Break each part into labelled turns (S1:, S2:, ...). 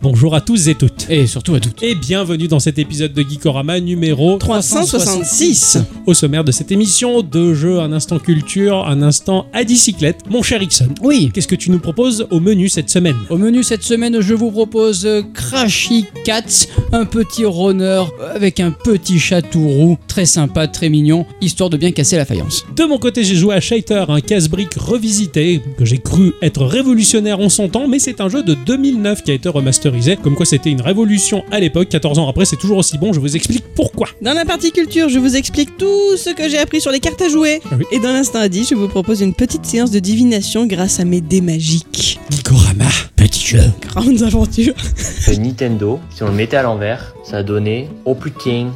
S1: Bonjour à tous et toutes.
S2: Et surtout à toutes.
S1: Et bienvenue dans cet épisode de Geekorama numéro
S2: 366.
S1: Au sommaire de cette émission, deux jeux, un instant culture, un instant à bicyclette. Mon cher Ixon,
S2: Oui.
S1: qu'est-ce que tu nous proposes au menu cette semaine
S2: Au menu cette semaine, je vous propose euh, Crashy Cats, un petit runner avec un petit chat tout roux, très sympa, très mignon, histoire de bien casser la faïence.
S1: De mon côté, j'ai joué à Shaiter, un casse-brique revisité que j'ai cru être révolutionnaire en son temps, mais c'est un jeu de 2009 qui a été remasterisé. Comme quoi, c'était une révolution à l'époque. 14 ans après, c'est toujours aussi bon. Je vous explique pourquoi.
S3: Dans la partie culture, je vous explique tout ce que j'ai appris sur les cartes à jouer.
S1: Ah oui.
S3: Et dans l'instant à 10, je vous propose une petite séance de divination grâce à mes dés magiques.
S1: Geekorama, petit jeu.
S3: Grandes aventures.
S4: Le Nintendo, si on le mettait à l'envers, ça donnait Oh putain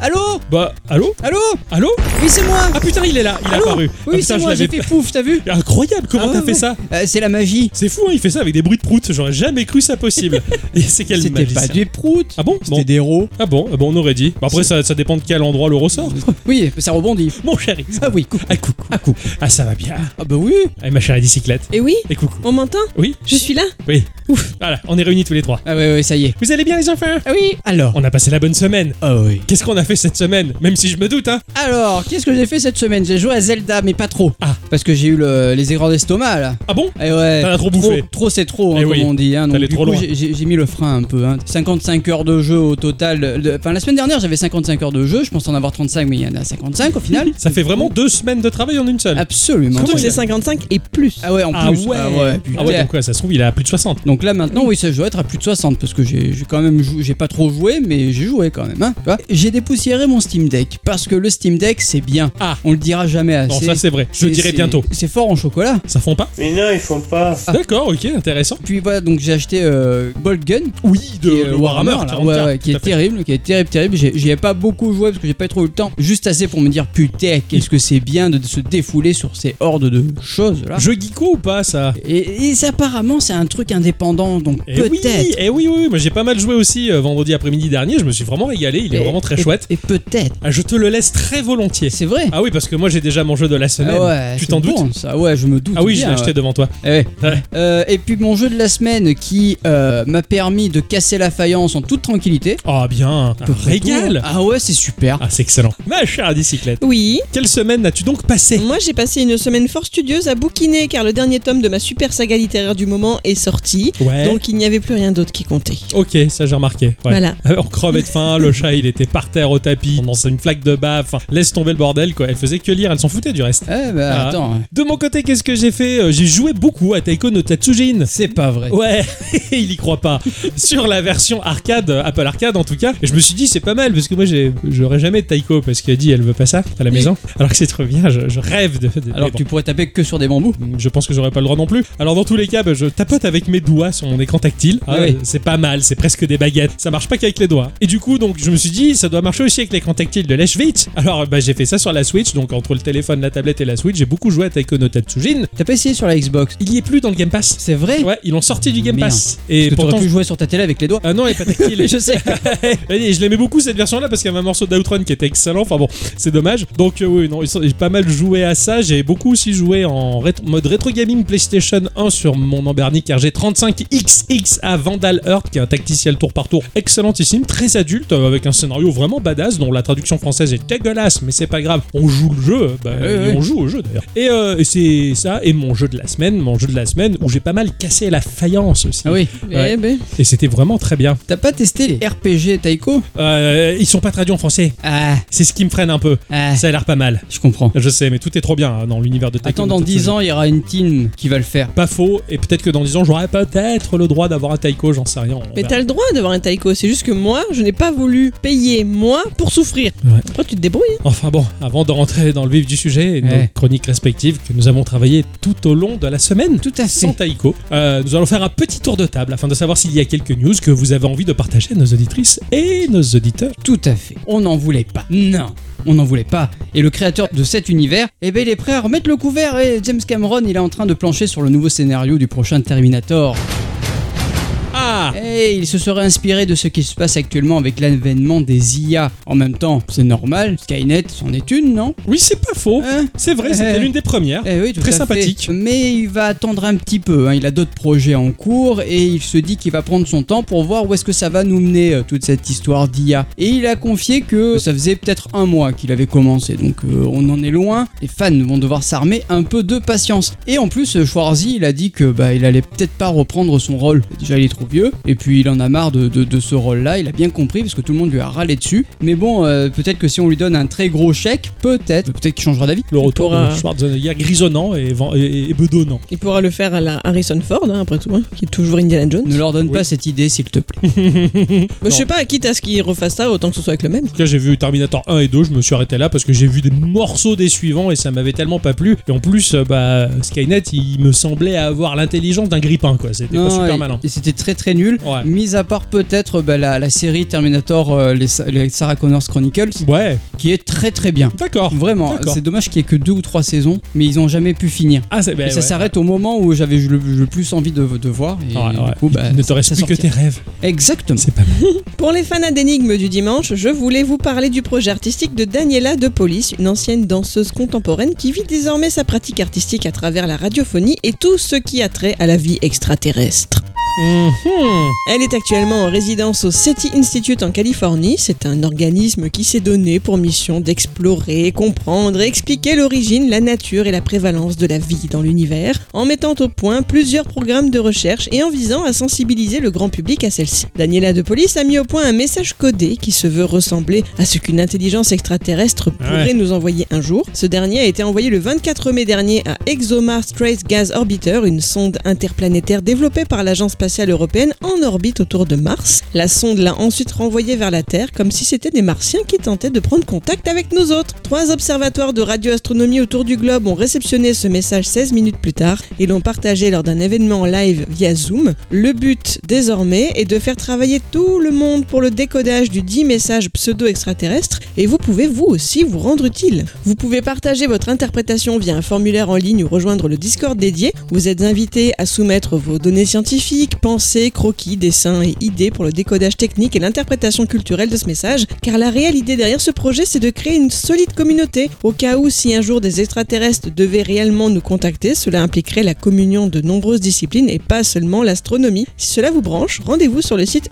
S3: Allô
S1: Bah, allô
S3: Allô
S1: Allô
S3: Oui, c'est moi
S1: Ah putain, il est là, il a
S3: Allô
S1: apparu. Ah,
S2: Oui,
S1: putain,
S2: c'est
S1: je
S2: moi, j'ai
S1: l'avais
S2: fait pouf, t'as vu
S1: Incroyable, comment
S2: Ah ouais,
S1: t'as fait
S2: ouais.
S1: ça
S2: Euh, C'est la magie.
S1: C'est fou, hein, il fait ça avec des bruits de prout. J'aurais jamais cru ça possible. Et c'est quel
S2: C'était
S1: magicien.
S2: pas des proutes,
S1: Ah bon,
S2: c'était
S1: bon
S2: des rots.
S1: Ah bon, ah bon, on aurait dit. Bah après, ça, ça dépend de quel endroit le ressort.
S2: Oui, ça rebondit.
S1: Mon chéri.
S2: Mm. Ah oui, cou-
S1: Ah coucou.
S2: ah coup.
S1: Ah ça va bien.
S2: Ah bah oui.
S1: Ah ma chère la bicyclette.
S3: Eh oui
S1: Et coucou.
S3: On m'entend
S1: Oui
S3: Je suis là
S1: Oui. Ouf. Voilà, on est réunis tous les trois.
S2: Ah ouais, ouais, ça y est.
S1: Vous allez bien les enfants
S2: Ah oui. Alors.
S1: On a passé la bonne semaine.
S2: Ah oui.
S1: Qu'est-ce qu'on a fait cette semaine Même si je me doute, hein.
S2: Alors, qu'est-ce que j'ai fait cette semaine J'ai joué à Zelda, mais pas trop.
S1: Ah.
S2: Parce que j'ai eu le- les erreurs d'estomac là.
S1: Ah bon
S2: Eh ouais,
S1: T'en as trop
S2: trop,
S1: bouffé.
S2: trop, c'est trop, hein,
S1: Eh
S2: comme
S1: oui,
S2: on dit. Hein, donc,
S1: t'allais
S2: du
S1: trop
S2: coup,
S1: loin.
S2: j'ai- j'ai j'ai mis le frein un peu. hein. 55 heures de jeu au total. de- Enfin, la semaine dernière, j'avais 55 heures de jeu. Je pense en avoir 35, mais il y en a 55 au final.
S1: Ça fait vraiment deux semaines de travail en une seule.
S2: Absolument.
S1: Comment
S3: Entre
S1: il
S3: les
S1: a-
S3: 55 et plus.
S2: Ah ouais, Ah, en
S1: Ah
S2: plus.
S1: ouais.
S2: Ah ouais, putain.
S1: Ah ouais, donc ouais, ça se trouve, il a plus de 60.
S2: Donc là maintenant, oui, ça je dois être à plus de 60 parce que j'ai j'ai quand même joué, j'ai pas trop joué, mais j'ai joué quand même. Hein, tu vois. j'ai dépoussiéré mon Steam Deck parce que le Steam Deck c'est bien.
S1: Ah.
S2: On le dira jamais assez.
S1: Non, ça c'est vrai. Je le dirai
S2: c'est-
S1: bientôt.
S2: C'est fort en chocolat.
S1: Ça fond pas
S4: Mais non, ils font pas
S1: D'accord, ok, intéressant.
S2: Puis voilà, donc j'ai acheté euh, Bolt Gun
S1: Oui,
S2: qui est,
S1: de
S2: euh,
S1: Warhammer,
S2: là,
S1: 44,
S2: ouais, ouais, qui
S1: tout
S2: est
S1: à fait.
S2: terrible, qui est terrible, terrible. J'ai- J'y ai pas beaucoup joué parce que j'ai pas trop eu le temps. Juste assez pour me dire putain, qu'est-ce que c'est bien de se défouler sur ces hordes de choses là.
S1: Jeu geeko ou pas ça
S2: Et, et ça, apparemment c'est un truc indépendant, donc
S1: Eh oui,
S2: peut-être.
S1: eh oui, oui, oui, moi j'ai pas mal joué aussi euh, vendredi après-midi dernier, je me suis vraiment régalé, il est
S2: Et-
S1: vraiment très
S2: et-
S1: chouette.
S2: Et peut-être.
S1: Ah, je te le laisse très volontiers.
S2: C'est vrai.
S1: Ah oui, parce que moi j'ai déjà mon jeu de la semaine.
S2: Ah ouais,
S1: tu
S2: c'est
S1: t'en doutes
S2: bon, ça. Ouais, je me doute.
S1: Ah oui, je l'ai
S2: bien,
S1: acheté
S2: ouais.
S1: devant toi.
S2: Eh ouais.
S1: Ouais.
S2: Euh, et puis mon jeu de la semaine qui euh, m'a permis de casser la faïence en toute tranquillité.
S1: Ah bien,
S2: À
S1: un
S2: peu près
S1: régal
S2: tout. Ah ouais, c'est super.
S1: Ah c'est excellent. Ma chère bicyclette,
S3: Oui.
S1: quelle semaine as-tu donc passé
S3: Moi, j'ai passé une semaine fort studieuse à bouquiner car le dernier tome de ma super saga littéraire du moment est sorti.
S2: Mm.
S1: Ouais.
S3: Donc, il n'y avait plus rien d'autre qui comptait.
S1: Ok, ça j'ai remarqué. Ouais.
S3: Voilà.
S1: Ah, On crevait de faim, le chat il était par terre au tapis, dans une flaque de bave, enfin, laisse tomber le bordel quoi, elle faisait que lire, elle s'en foutait du reste.
S2: Eh bah
S1: Ah.
S2: attends,
S1: De mon côté, qu'est-ce que j'ai fait Euh, J'ai joué beaucoup à Taiko no Tatsujin.
S2: c'est pas vrai.
S1: Ouais, il y croit pas. Sur la version arcade, euh, Apple Arcade en tout cas. Et je me suis dit, c'est pas mal, parce que moi, j'ai- j'aurais jamais de Taiko, parce qu'elle dit, elle veut pas ça à la maison. Alors que c'est trop bien, je, je rêve de. de-
S2: Alors
S1: mais
S2: que tu pourrais taper que sur des bambous.
S1: bon, Je pense que j'aurais pas le droit non plus. Alors dans tous les cas, bah, je tapote avec mes doigts sur mon écran tactile. Ah,
S2: Ah oui.
S1: euh, C'est pas mal, c'est presque des baguettes. Ça marche pas qu'avec les doigts. Et du coup, donc je me suis dit, ça doit marcher aussi avec l'écran tactile de la Switch. Alors bah, j'ai fait ça sur la Switch, donc entre le téléphone, la tablette et la Switch, j'ai beaucoup joué à Taiko no Tatsujin.
S2: T'as pas essayé sur la Xbox.
S1: Il y est plus dans le Game Pass.
S2: C'est vrai
S1: Ouais, ils l'ont sorti du Game
S2: Merde.
S1: Pass. Et
S2: Parce que
S1: pourtant,
S2: t'aurais pu jouer sur ta télé avec les doigts.
S1: ah non, elle est pas tactile.
S2: je sais.
S1: Et je l'aimais beaucoup cette version là parce qu'il y avait un morceau d'Outrun qui était excellent. Enfin bon, c'est dommage. Donc, euh, oui, non, ils sont- j'ai pas mal joué à ça. J'ai beaucoup aussi joué en rétro- mode rétro gaming PlayStation 1 sur mon Ambernic RG35XX à Vandal Heart, qui est un tacticiel tour par tour excellentissime, très adulte, euh, avec un scénario vraiment badass dont la traduction française est dégueulasse, mais c'est pas grave. On joue le jeu, euh, bah,
S2: Ouais,
S1: et
S2: ouais.
S1: on joue au jeu d'ailleurs. Et euh, c'est ça, et mon jeu de la semaine, mon jeu de la semaine où j'ai pas mal cassé la faïence aussi.
S2: Ah oui. Eh,
S1: Ouais.
S3: Eh ben.
S1: Et c'était vraiment très bien.
S2: T'as pas testé les RPG Taiko
S1: Euh, ils sont pas traduits en français.
S2: Ah,
S1: C'est ce qui me freine un peu.
S2: ah,
S1: Ça a l'air pas mal.
S2: je comprends.
S1: Je sais, mais tout est trop bien hein, dans l'univers de Taiko.
S2: Attends, dans 10 ans, il y aura une team qui va le faire.
S1: Pas faux, et peut-être que dans 10 ans, j'aurai peut-être le droit d'avoir un Taiko, j'en sais rien. on
S3: Mais
S1: verra.
S3: t'as le droit d'avoir un taiko, c'est juste que moi, je n'ai pas voulu payer moi pour souffrir.
S1: Ouais.
S3: Toi, tu te débrouilles.
S1: Enfin bon, avant de rentrer dans le vif du sujet et nos
S2: Ouais.
S1: chroniques respectives que nous avons travaillées tout au long de la semaine,
S2: Tout à
S1: sans
S2: fait.
S1: Taiko, euh, nous allons faire un petit tour de table afin de savoir s'il y a quelques news que vous avez envie de partager à nos auditrices et nos auditeurs.
S2: Tout à fait. On n'en voulait pas. Non, on n'en voulait pas. Et le créateur de cet univers, eh ben, il est prêt à remettre le couvert. Et James Cameron, il est en train de plancher sur le nouveau scénario du prochain Terminator.
S1: Ah Ah
S2: Et Eh, il se serait inspiré de ce qui se passe actuellement avec l'avènement des IA. En même temps, c'est normal, Skynet, c'en est une, non
S1: Oui, c'est pas faux.
S2: Hein
S1: C'est vrai,
S2: Eh.
S1: c'était l'une des premières.
S2: Eh oui, tout
S1: Très
S2: à fait.
S1: sympathique.
S2: Mais il va attendre un petit peu. hein. Il a d'autres projets en cours et il se dit qu'il va prendre son temps pour voir où est-ce que ça va nous mener euh, toute cette histoire d'IA. Et il a confié que ça faisait peut-être un mois qu'il avait commencé, donc euh, on en est loin. Les fans vont devoir s'armer un peu de patience. Et en plus, euh, Schwarzy, il a dit que bah il allait peut-être pas reprendre son rôle. Déjà, il est trop vieux. Et puis, il en a marre de, de- de ce rôle-là. Il a bien compris parce que tout le monde lui a râlé dessus. Mais bon, euh, peut-être que si on lui donne un très gros chèque, peut-être, peut-être qu'il changera d'avis.
S1: Le retour
S3: pourra-
S1: de Schwarzenegger grisonnant et, van- et- et bedonnant.
S3: Il pourra le faire à la Harrison Ford, hein, après tout, hein, qui est toujours Indiana Jones.
S2: Ne leur donne
S1: Oui.
S2: pas cette idée, s'il te plaît.
S3: Moi, je sais pas, quitte à ce qu'il refasse ça, autant que ce soit avec le même.
S1: En tout cas, j'ai vu Terminator 1 et 2, je me suis arrêté là parce que j'ai vu des morceaux des suivants et ça m'avait tellement pas plu. Et en plus, euh, bah, Skynet, il me semblait avoir l'intelligence d'un grippin, quoi. C'était pas
S2: Non,
S1: super
S2: et-
S1: malin.
S2: et C'était très très nul.
S1: Ouais.
S2: Mis à part peut-être bah, la, la série Terminator, euh, les, Sa- les Sarah Connors Chronicles,
S1: Ouais,
S2: qui est très très bien.
S1: d'accord.
S2: Vraiment,
S1: D'accord.
S2: c'est dommage qu'il n'y ait que deux ou trois saisons, mais ils ont jamais pu finir.
S1: Ah, c'est
S2: et
S1: ben,
S2: ça
S1: ouais.
S2: s'arrête au moment où j'avais le, le plus envie de, de voir. Et
S1: Ouais,
S2: du
S1: ouais.
S2: coup, bah,
S1: Il ne te
S2: ça
S1: reste plus que tes
S2: sortira.
S1: rêves.
S2: Exactement.
S1: C'est pas mal.
S3: Pour les fans d'énigmes du dimanche, je voulais vous parler du projet artistique de Daniela De Police, une ancienne danseuse contemporaine qui vit désormais sa pratique artistique à travers la radiophonie et tout ce qui a trait à la vie extraterrestre.
S1: Mhm.
S3: Elle est actuellement en résidence au SETI Institute en Californie. C'est un organisme qui s'est donné pour mission d'explorer, comprendre et expliquer l'origine, la nature et la prévalence de la vie dans l'univers, en mettant au point plusieurs programmes de recherche et en visant à sensibiliser le grand public à celle-ci. Daniela De Police a mis au point un message codé qui se veut ressembler à ce qu'une intelligence extraterrestre pourrait
S1: Ouais.
S3: nous envoyer un jour. Ce dernier a été envoyé le 24 mai dernier à ExoMars Trace Gas Orbiter, une sonde interplanétaire développée par l'Agence spatiale européenne en orbite autour de Mars. La sonde l'a ensuite renvoyée vers la Terre comme si c'était des Martiens qui tentaient de prendre contact avec nous autres. Trois observatoires de radioastronomie autour du globe ont réceptionné ce message 16 minutes plus tard et l'ont partagé lors d'un événement en live via Zoom. Le but désormais est de faire travailler tout le monde pour le décodage du dit message pseudo-extraterrestre et vous pouvez vous aussi vous rendre utile. Vous pouvez partager votre interprétation via un formulaire en ligne ou rejoindre le Discord dédié. Vous êtes invité à soumettre vos données scientifiques, pensées, croquis, dessins et idées pour le décodage technique et l'interprétation culturelle de ce message, car la réelle idée derrière ce projet, c'est de créer une solide communauté. Au cas où, si un jour des extraterrestres devaient réellement nous contacter, cela impliquerait la communion de nombreuses disciplines et pas seulement l'astronomie. Si cela vous branche, rendez-vous sur le site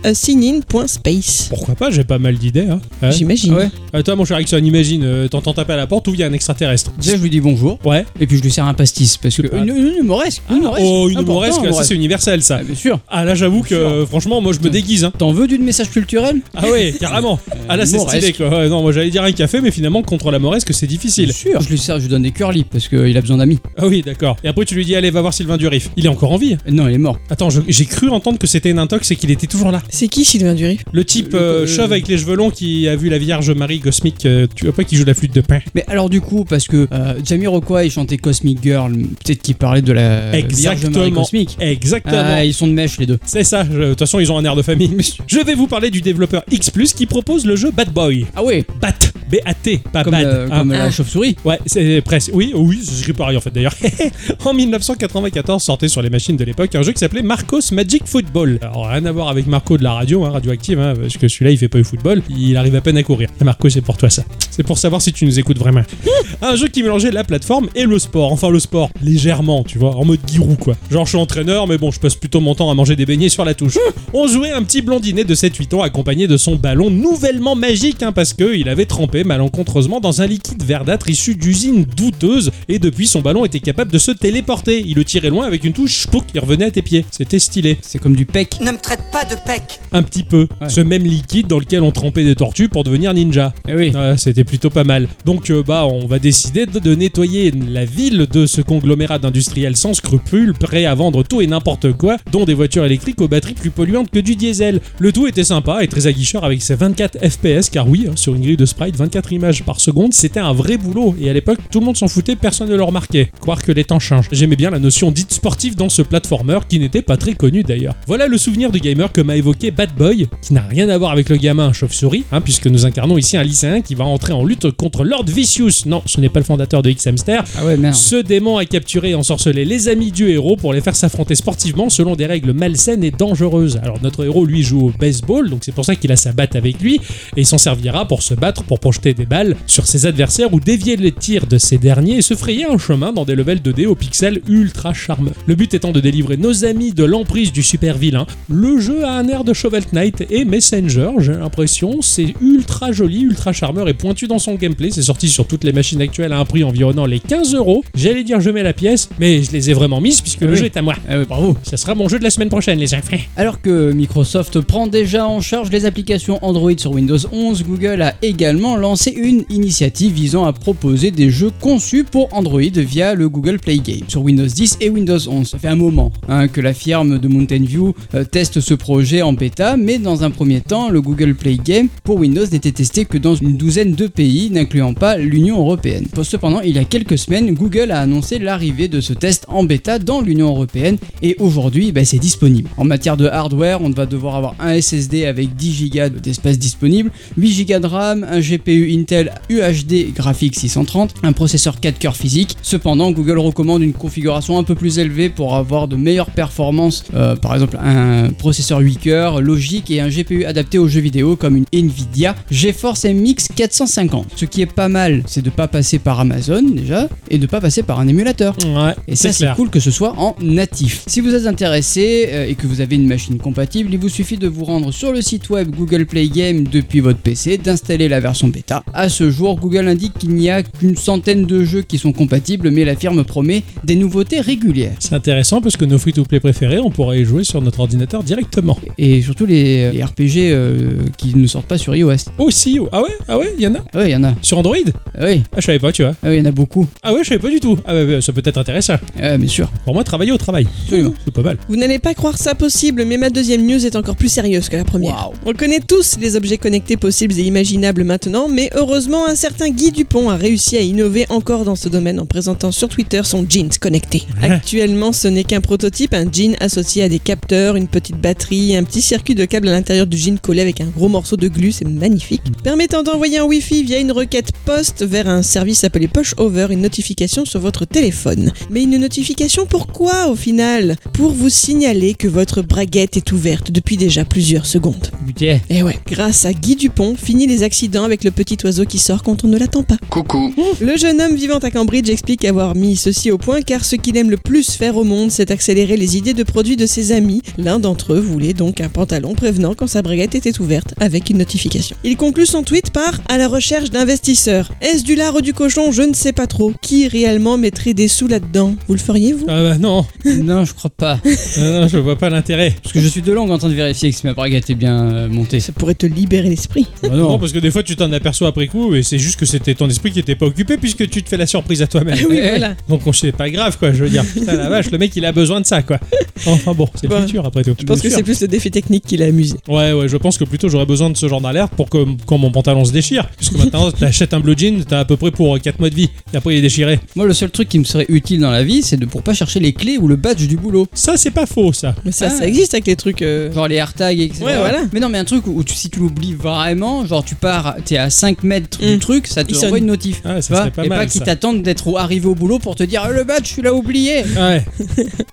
S3: asinin.space.
S1: Pourquoi pas, j'ai pas mal d'idées. Hein. Ouais.
S3: J'imagine.
S2: Ouais.
S1: Euh, toi, mon cher Ixon, imagine, euh, t'entends taper à la porte où il y a un extraterrestre.
S2: Déjà, je lui dis bonjour,
S1: Ouais.
S2: et puis je lui sers un pastis. Parce que.
S1: Ah.
S2: Une, une humoresque. une humoresque,
S1: oh, une
S2: important,
S1: humoresque, ça c'est universel ça.
S2: Ah, bien sûr.
S1: Ah là, j'avoue que
S2: Sûr.
S1: euh, franchement, moi je me déguise. Hein.
S2: T'en veux d'une message culturel
S1: Ah ouais, carrément.
S2: Euh,
S1: Ah là, c'est
S2: humoresque.
S1: stylé quoi. Ouais, non, moi j'allais dire un café, mais finalement, contre la moresque, c'est difficile.
S2: Bien sûr. Je lui sers, je lui donne des curly parce qu'il a besoin d'amis.
S1: Ah oui, d'accord. Et après, tu lui dis, allez, va voir Sylvain Durif. Il est encore en vie.
S2: Non, il est mort.
S1: Attends, je- j'ai cru entendre que c'était une intox et qu'il était toujours là.
S3: C'est qui Sylvain Durif
S1: Le type
S2: Le-
S1: euh,
S2: le-
S1: chauve avec les cheveux longs qui a vu la Vierge Marie Cosmique, euh, tu vois pas, qui joue la flûte de pain.
S2: Mais alors du coup, parce que euh, Jamie Rockway il chantait Cosmic Girl, peut-être qu'il parlait de la Euh, Vierge
S1: Exactement.
S2: Marie Cosmique.
S1: Exactement.
S2: Ah, ils sont de mèche les deux.
S1: C'est ça, je- de toute façon ils ont un air de famille. Je vais vous parler du développeur X ⁇ qui propose le jeu Bad Boy.
S2: Ah ouais,
S1: Bat, B-A-T, pas
S2: comme,
S1: bad.
S2: euh,
S1: hein.
S2: comme la
S3: Ah.
S2: chauve-souris.
S1: Ouais, c'est presque. Oui, oui, c'est écrit pareil en fait d'ailleurs. en 1994 sortait sur les machines de l'époque un jeu qui s'appelait Marcos Magic Football. Alors rien à voir avec Marco de la radio, hein, radioactive, hein, parce que celui-là il fait pas du football, il arrive à peine à courir. Marco, c'est pour toi ça. C'est pour savoir si tu nous écoutes vraiment. un jeu qui mélangeait la plateforme et le sport, enfin le sport, légèrement, tu vois, en mode guirou quoi. Genre je suis entraîneur, mais bon, je passe plutôt mon temps à manger des beignets sur la touche. On jouait un petit blondinet de 7-8 ans accompagné de son ballon nouvellement magique, hein, parce qu'il avait trempé malencontreusement dans un liquide verdâtre issu d'usines douteuses, et depuis son ballon était capable de se téléporter. Il le tirait loin avec une touche, pouc, il revenait à tes pieds. C'était stylé,
S2: C'est comme du PEC.
S5: Ne me traite pas de pec.
S1: un petit peu.
S2: Ouais.
S1: Ce même liquide dans lequel on trempait des tortues pour devenir ninja.
S2: Eh oui.
S1: Ouais, c'était plutôt pas mal. Donc, euh, bah, on va décider de, de nettoyer la ville de ce conglomérat d'industriels sans scrupules, prêts à vendre tout et n'importe quoi, dont des voitures électriques aux batteries plus polluantes que du diesel. Le tout était sympa et très aguicheur avec ses 24 FPS, car oui, hein, sur une grille de sprite, 24 images par seconde, c'était un vrai boulot. Et à l'époque, tout le monde s'en foutait, personne ne le remarquait. Croire que les temps changent. J'aimais bien la notion dite sportive dans ce platformer qui n'était pas très connu d'ailleurs. Voilà le souvenir du gamer que m'a évoqué Bad Boy, qui n'a rien à voir avec le gamin chauve-souris, hein, puisque nous incarnons ici un lycéen qui va entrer en lutte contre Lord Vicious. Non, ce n'est pas le fondateur de X-Hamster,
S2: Ah ouais, merde.
S1: ce démon a capturé et ensorcelé les amis du héros pour les faire s'affronter sportivement selon des règles malsaines et dangereuses. Alors notre héros lui joue au baseball, donc c'est pour ça qu'il a sa batte avec lui et il s'en servira pour se battre, pour projeter des balles sur ses adversaires ou dévier les tirs de ces derniers et se frayer un chemin dans des levels 2D au pixel ultra charmeux. Le but étant de délivrer nos amis de l'emprise du super vilain. Le jeu a un air de Shovel Knight et Messenger, j'ai l'impression. C'est ultra joli, ultra charmeur et pointu dans son gameplay. C'est sorti sur toutes les machines actuelles à un prix environnant les 15 euros. J'allais dire je mets la pièce, mais je les ai vraiment mises puisque le
S2: Oui.
S1: jeu est à moi.
S2: Ah ouais, bravo.
S1: Ça sera mon jeu de la semaine prochaine, les enfants.
S2: Alors que Microsoft prend déjà en charge les applications Android sur Windows 11, Google a également lancé une initiative visant à proposer des jeux conçus pour Android via le Google Play Game sur Windows 10 et Windows 11. Ça fait un moment hein, que la firme de Mountain View euh, teste ce projet en bêta, mais dans un premier temps, le Google Play Game pour Windows n'était testé que dans une douzaine de pays, n'incluant pas l'Union européenne. Cependant, il y a quelques semaines, Google a annoncé l'arrivée de ce test en bêta dans l'Union européenne et aujourd'hui, bah, c'est disponible. En matière de hardware, on va devoir avoir un SSD avec 10 Go d'espace disponible, 8 Go de RAM, un GPU Intel UHD graphique 630, un processeur 4 cœurs physique. Cependant, Google recommande une configuration un peu plus élevée pour avoir de meilleures performances, euh, par exemple un processeur 8 cœurs logique et un GPU adapté aux jeux vidéo comme une Nvidia GeForce MX 450. Ce qui est pas mal, c'est de pas passer par Amazon déjà et de pas passer par un émulateur.
S1: Ouais,
S2: Et ça, c'est
S1: clair.
S2: cool que ce soit en natif. Si vous êtes intéressé euh, et que vous avez une machine compatible, il vous suffit de vous rendre sur le site web Google Play Game depuis votre PC, d'installer la version bêta. À ce jour, Google indique qu'il n'y a qu'une centaine de jeux qui sont compatibles, mais la firme promet des nouveautés régulières.
S1: C'est intéressant parce que nos free-to-play préférés, on pourra y jouer sur notre ordinateur directement.
S2: Et surtout les, les RPG euh, qui ne sortent pas sur iOS.
S1: Aussi, ah ouais, ah ouais, il y en a
S2: Ah oui, il y en a.
S1: sur Android
S2: Ah oui,
S1: Ah, je savais pas, tu vois.
S2: ah oui, il y en a beaucoup.
S1: Ah ouais, je savais pas du tout. Ah bah, bah, ça peut être intéressant.
S2: Ah, bien sûr.
S1: Pour moi, travailler au travail,
S2: Absolument.
S1: c'est pas mal.
S3: Vous n'allez pas croire ça possible, mais ma deuxième news est encore plus sérieuse que la première.
S2: Waouh.
S3: On connaît tous les objets connectés possibles et imaginables maintenant, mais heureusement, un certain Guy Dupont a réussi à innover encore dans ce domaine en présentant sur Twitter son jeans connecté.
S1: Ouais.
S3: Actuellement, ce n'est qu'un prototype, un jean associé à des capteurs, une petite batterie, un petit circuit de câble à l'intérieur du jean collé avec un gros morceau de glu, c'est magnifique, permettant d'envoyer un Wi-Fi via une requête poste vers un service appelé Push Over une notification sur votre téléphone. Mais une notification pourquoi au final Pour vous signaler que votre braguette est ouverte depuis déjà plusieurs secondes.
S2: Putain.
S3: Et Eh ouais, grâce à Guy Dupont, fini les accidents avec le petit oiseau qui sort quand on ne l'attend pas.
S5: Coucou.
S3: Le jeune homme vivant à Cambridge explique avoir mis ceci au point car ce qu'il aime le plus faire au monde, c'est accélérer les idées de produits de ses amis. L'un d'entre eux voulait donc un pantalon prévenant quand sa braguette était ouverte avec une notification. Il conclut son tweet par À la recherche d'investisseurs. Est-ce du lard ou du cochon Je ne sais pas trop. Qui réellement mettrait des sous là-dedans Vous le feriez vous
S1: Ah bah non,
S2: non, je crois pas.
S1: Ah non, je vois pas l'intérêt.
S2: Parce que je suis de longue en train de vérifier que si ma braguette est bien euh, montée.
S3: Ça pourrait te libérer l'esprit.
S2: Ah
S1: Non. parce que des fois tu t'en aperçois après coup et c'est juste que c'était ton esprit qui était pas occupé puisque tu te fais la surprise à toi-même.
S3: Ah oui,
S2: Eh,
S3: voilà.
S1: Donc on- c'est pas grave quoi, je veux dire, putain la vache, le mec il a besoin de ça quoi. Enfin bon, c'est
S3: Bah,
S1: le futur après tout.
S3: Je pense que c'est plus le défi technique qui l'a amusé.
S1: Ouais ouais, je pense que plutôt j'aurais besoin de ce genre d'alerte pour que quand mon pantalon se déchire. Puisque maintenant t'achètes un blue jean, t'as à peu près pour 4 mois de vie. Et après il est déchiré.
S2: Moi, le seul truc qui me serait utile dans la vie, c'est de pour pas chercher les clés ou le badge du boulot.
S1: Ça c'est pas faux ça.
S3: Mais ça,
S2: Ah.
S3: ça existe avec les trucs. euh,
S2: Genre les AirTags, etc.
S3: Ouais, voilà.
S2: Mais non, mais un truc où tu, si tu l'oublies vraiment, genre tu pars, t'es à 5 mètres du
S3: Mm.
S2: truc, ça te
S3: Il
S2: envoie
S3: sonne.
S2: une notif.
S1: Ah,
S2: Tu
S1: ça
S2: vois
S1: serait pas
S2: et
S1: mal.
S2: pas qu'ils
S1: ça.
S2: t'attendent d'être au- arrivé au boulot pour te dire Ah, le badge, tu l'as oublié.
S1: Ah Ouais.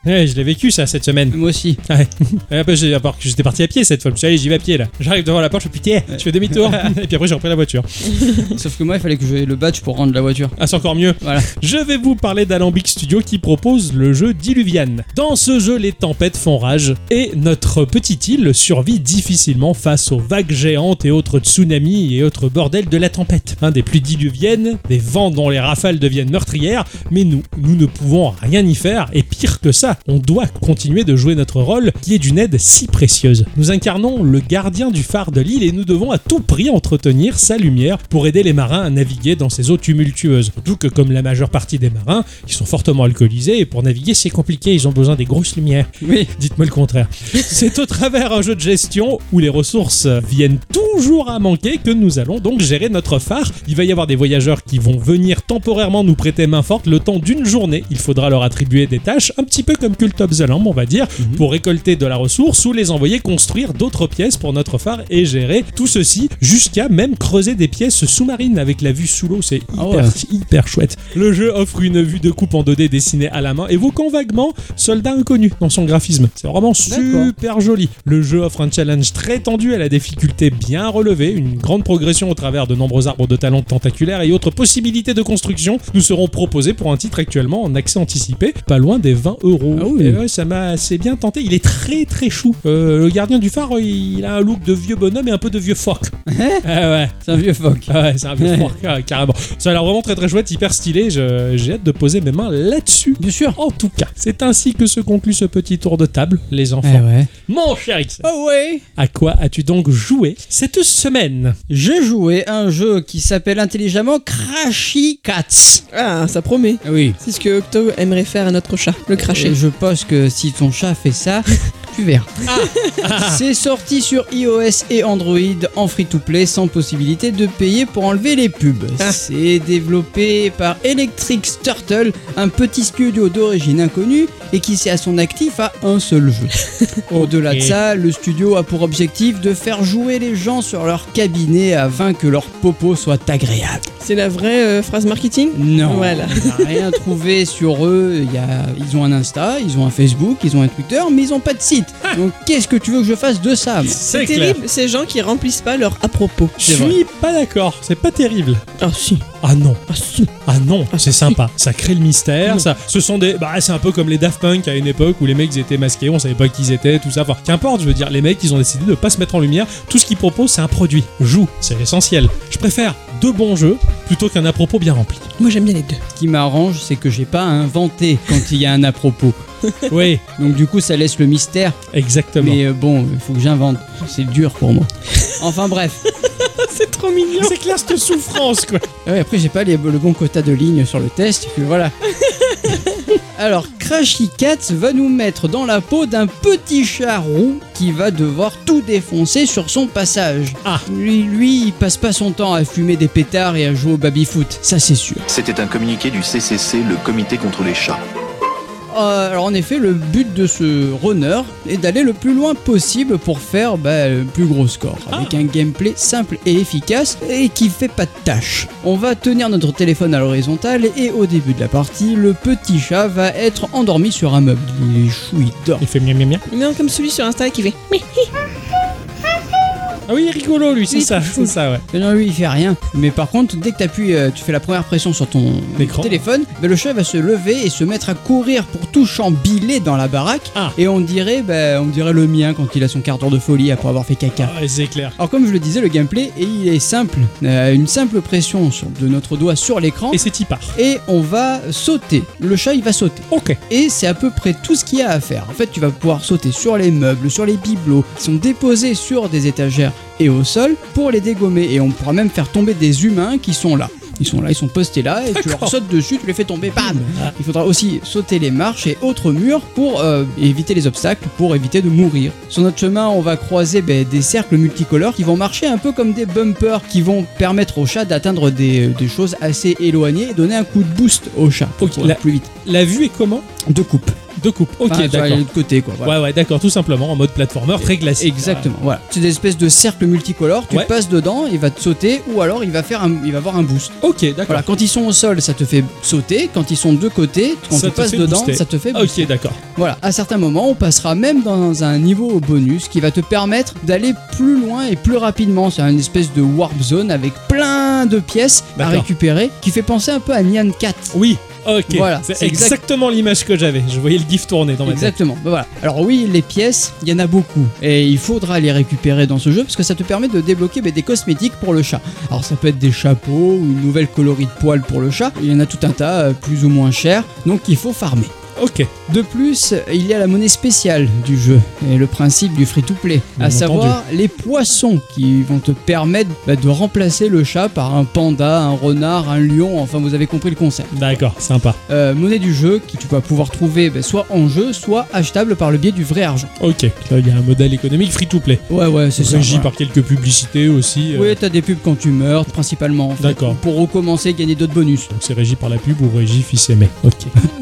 S1: ouais, je l'ai vécu ça cette semaine.
S2: Moi aussi.
S1: Ah Ouais. Et après, j'ai- à part que j'étais parti à pied cette fois. Je me suis dit, allez, j'y vais à pied là. J'arrive devant la porte, je fais putain, je fais demi-tour. Et puis après, j'ai repris la voiture.
S2: Sauf que moi, il fallait que j'aie le badge pour rendre la voiture.
S1: Ah, c'est encore mieux.
S2: Voilà.
S1: Je vais vous parler d'Alambic Studio qui propose le jeu Diluvian. Dans ce jeu, les tempêtes font rage et notre petite île survit difficilement face aux vagues géantes et autres tsunamis et autres bordels de la tempête. Hein, des pluies diluviennes, des vents dont les rafales deviennent meurtrières, mais nous, nous ne pouvons rien y faire et pire que ça, on doit continuer de jouer notre rôle qui est d'une aide si précieuse. Nous incarnons le gardien du phare de l'île et nous devons à tout prix entretenir sa lumière pour aider les marins à naviguer naviguer dans ces eaux tumultueuses. Surtout que, comme la majeure partie des marins, ils sont fortement alcoolisés et pour naviguer, c'est compliqué, ils ont besoin des grosses lumières.
S2: Oui.
S1: Dites-moi le contraire. C'est au travers un jeu de gestion où les ressources viennent toujours à manquer que nous allons donc gérer notre phare. Il va y avoir des voyageurs qui vont venir temporairement nous prêter main forte le temps d'une journée. Il faudra leur attribuer des tâches, un petit peu comme Cult of the Lamb, on va dire,
S2: Mhm.
S1: pour récolter de la ressource ou les envoyer construire d'autres pièces pour notre phare et gérer tout ceci jusqu'à même creuser des pièces sous-marines avec la vue sous l'eau. C'est hyper,
S2: Ah ouais.
S1: hyper chouette. Le jeu offre une vue de coupe en 2D dessinée à la main, évoquant vaguement Soldat inconnu dans son graphisme. C'est vraiment
S2: D'accord.
S1: super joli. Le jeu offre un challenge très tendu à la difficulté bien relevée, une grande progression au travers de nombreux arbres de talents tentaculaires et autres possibilités de construction nous seront proposées pour un titre actuellement en accès anticipé, pas loin des 20 euros.
S2: Ah oui.
S1: Et ouais, ça m'a assez bien tenté. Il est très très chou. Euh, le gardien du phare, il a un look de vieux bonhomme et un peu de vieux phoque. Ah ouais.
S2: C'est un vieux phoque.
S1: Ah ouais, c'est un vieux
S2: Ouais.
S1: phoque, ah, carrément. Ça a l'air vraiment très très chouette, hyper stylé. Je- J'ai hâte de poser mes mains là-dessus.
S2: Bien sûr.
S1: En tout cas, c'est ainsi que se conclut ce petit tour de table, les enfants.
S2: ouais.
S1: Mon cher X,
S2: Oh ouais.
S1: à quoi as-tu donc joué cette semaine
S2: J'ai joué à un jeu qui s'appelle intelligemment Crashy Cats.
S3: Ah, ça promet.
S2: Oui.
S3: C'est ce que Octo aimerait faire à notre chat, le cracher.
S2: Euh, Je pense que si ton chat fait ça, tu verras.
S3: Ah.
S2: C'est sorti sur iOS et Android en free-to-play sans possibilité de payer pour enlever les pubs.
S3: Ah.
S2: C'est développé par Electric Turtle, un petit studio d'origine inconnue et qui s'est à son actif à un seul jeu. Au-delà de ça, le studio a pour objectif de faire jouer les gens sur leur cabinet afin que leur popo soit agréable.
S3: C'est la vraie euh, phrase marketing
S2: Non,
S3: Voilà.
S2: on n'a rien trouvé sur eux. Il y a- Ils ont un Insta, ils ont un Facebook, ils ont un Twitter, mais ils n'ont pas de site. Donc qu'est-ce que tu veux que je fasse de ça
S1: Ah, C'est clair.
S3: terrible, ces gens qui remplissent pas leur à propos.
S1: Je
S2: C'est
S1: suis pas d'accord, c'est pas terrible.
S3: Ah si,
S1: Ah non,
S3: ah si.
S1: ah non,
S3: Ah,
S1: c'est
S3: si.
S1: sympa, ça crée le mystère,
S3: Non.
S1: ça, ce sont des, bah c'est un peu comme les Daft Punk à une époque où les mecs ils étaient masqués, on savait pas qui ils étaient, tout ça. Enfin, qu'importe, je veux dire, les mecs ils ont décidé de pas se mettre en lumière. Tout ce qu'ils proposent c'est un produit, joue, c'est l'essentiel. Je préfère deux bons jeux plutôt qu'un à propos bien rempli.
S3: Moi j'aime bien les deux.
S2: Ce qui m'arrange, c'est que j'ai pas à inventer quand il y a un à propos.
S1: oui,
S2: Donc du coup, ça laisse le mystère.
S1: exactement.
S2: Mais euh, bon, il faut que j'invente. C'est dur pour moi. Enfin bref.
S3: C'est trop mignon.
S1: C'est clair cette souffrance quoi.
S2: Ah ouais, après, j'ai pas les- le bon quota de lignes sur le test. puis voilà. Alors, Crashy Cats va nous mettre dans la peau d'un petit chat roux qui va devoir tout défoncer sur son passage.
S1: Ah.
S2: Lui, lui, il passe pas son temps à fumer des pétards et à jouer au baby-foot, ça c'est sûr.
S5: C'était un communiqué du CCC, le comité contre les chats.
S2: Euh, alors en effet, le but de ce runner est d'aller le plus loin possible pour faire bah, le plus gros score, avec un gameplay simple et efficace et qui fait pas de tâche. On va tenir notre téléphone à l'horizontale et au début de la partie, le petit chat va être endormi sur un meuble. Il est chou, il dort.
S1: Il fait miam miam miam.
S3: Non, comme celui sur Insta qui fait.
S1: Ah oui, il est rigolo lui, c'est
S3: Il est
S1: ça,
S3: tout
S1: c'est
S3: chou.
S1: ça ouais.
S2: Eh Non, lui, il fait rien. Mais par contre, dès que t'appuies, euh, tu fais la première pression sur ton
S1: L'écran.
S2: téléphone, bah, le chat va se lever et se mettre à courir pour tout chambiler dans la baraque.
S1: Ah.
S2: Et on dirait, bah, on dirait le mien quand il a son quart d'heure de folie après avoir fait caca.
S1: Ah, c'est clair.
S2: Alors comme je le disais, le gameplay il est simple. Euh, une simple pression sur- de notre doigt sur l'écran
S1: Et c'est y part.
S2: et on va sauter. Le chat il va sauter.
S1: Ok.
S2: Et c'est à peu près tout ce qu'il y a à faire. En fait tu vas pouvoir sauter sur les meubles, sur les bibelots qui sont déposés sur des étagères et au sol pour les dégommer. Et on pourra même faire tomber des humains qui sont là. Ils sont là, ils sont postés là, et tu
S1: D'accord.
S2: leur sautes dessus, tu les fais tomber, bam
S1: Ah.
S2: Il faudra aussi sauter les marches et autres murs pour euh, éviter les obstacles, pour éviter de mourir. Sur notre chemin, on va croiser ben, des cercles multicolores qui vont marcher un peu comme des bumpers, qui vont permettre au chat d'atteindre des, des choses assez éloignées et donner un coup de boost au chat pour
S1: Ok,
S2: aller
S1: la-
S2: plus vite.
S1: La vue est comment
S2: De coupe.
S1: De coupe. Ok,
S2: Enfin, tu vas aller
S1: d'accord.
S2: de l'autre côté, quoi. voilà.
S1: Bah, Ouais, ouais, d'accord, tout simplement en mode platformer très classique.
S2: Exactement, voilà. C'est des espèces de cercles multicolores, tu
S1: Ouais.
S2: passes dedans, il va te sauter, ou alors il va, faire un, il va avoir un boost.
S1: Ouais. Ok, d'accord.
S2: Voilà, quand ils sont au sol, ça te fait sauter. Quand ils sont de côté, quand
S1: Ça
S2: tu
S1: te
S2: passes
S1: fait
S2: dedans,
S1: booster. Ah,
S2: ça te fait booster.
S1: Ok, d'accord.
S2: Voilà, à certains moments, on passera même dans un niveau bonus qui va te permettre d'aller plus loin et plus rapidement. C'est une espèce de warp zone avec plein de pièces à
S1: D'accord.
S2: récupérer qui fait penser un peu à Nyan 4.
S1: Oui, ok.
S2: Voilà,
S1: c'est
S2: c'est exact-
S1: exactement l'image que j'avais. Je voyais le gif tourner dans ma tête.
S2: Exactement. Bah voilà. Alors oui, les pièces, il y en a beaucoup et il faudra les récupérer dans ce jeu parce que ça te permet de débloquer bah, des cosmétiques pour le chat. Alors ça peut être des chapeaux ou une nouvelle colorie de poils pour le chat. Il y en a tout un tas, euh, plus ou moins chers, donc il faut farmer.
S1: Ok.
S2: De plus, il y a la monnaie spéciale du jeu et le principe du free-to-play,
S1: Bien
S2: à savoir les poissons qui vont te permettre bah, de remplacer le chat par un panda, un renard, un lion, enfin vous avez compris le concept.
S1: D'accord, sympa.
S2: Euh, monnaie du jeu qui tu vas pouvoir trouver bah, soit en jeu, soit achetable par le biais du vrai argent.
S1: Ok. Là, il y a un modèle économique free to play.
S2: Ouais ouais c'est ça.
S1: Régi
S2: voilà.
S1: par quelques publicités aussi. euh,
S2: Oui, t'as des pubs quand tu meurs, principalement. en fait,
S1: D'accord.
S2: Pour recommencer, gagner d'autres bonus.
S1: Donc c'est régi par la pub ou régi fils aimé. Ok.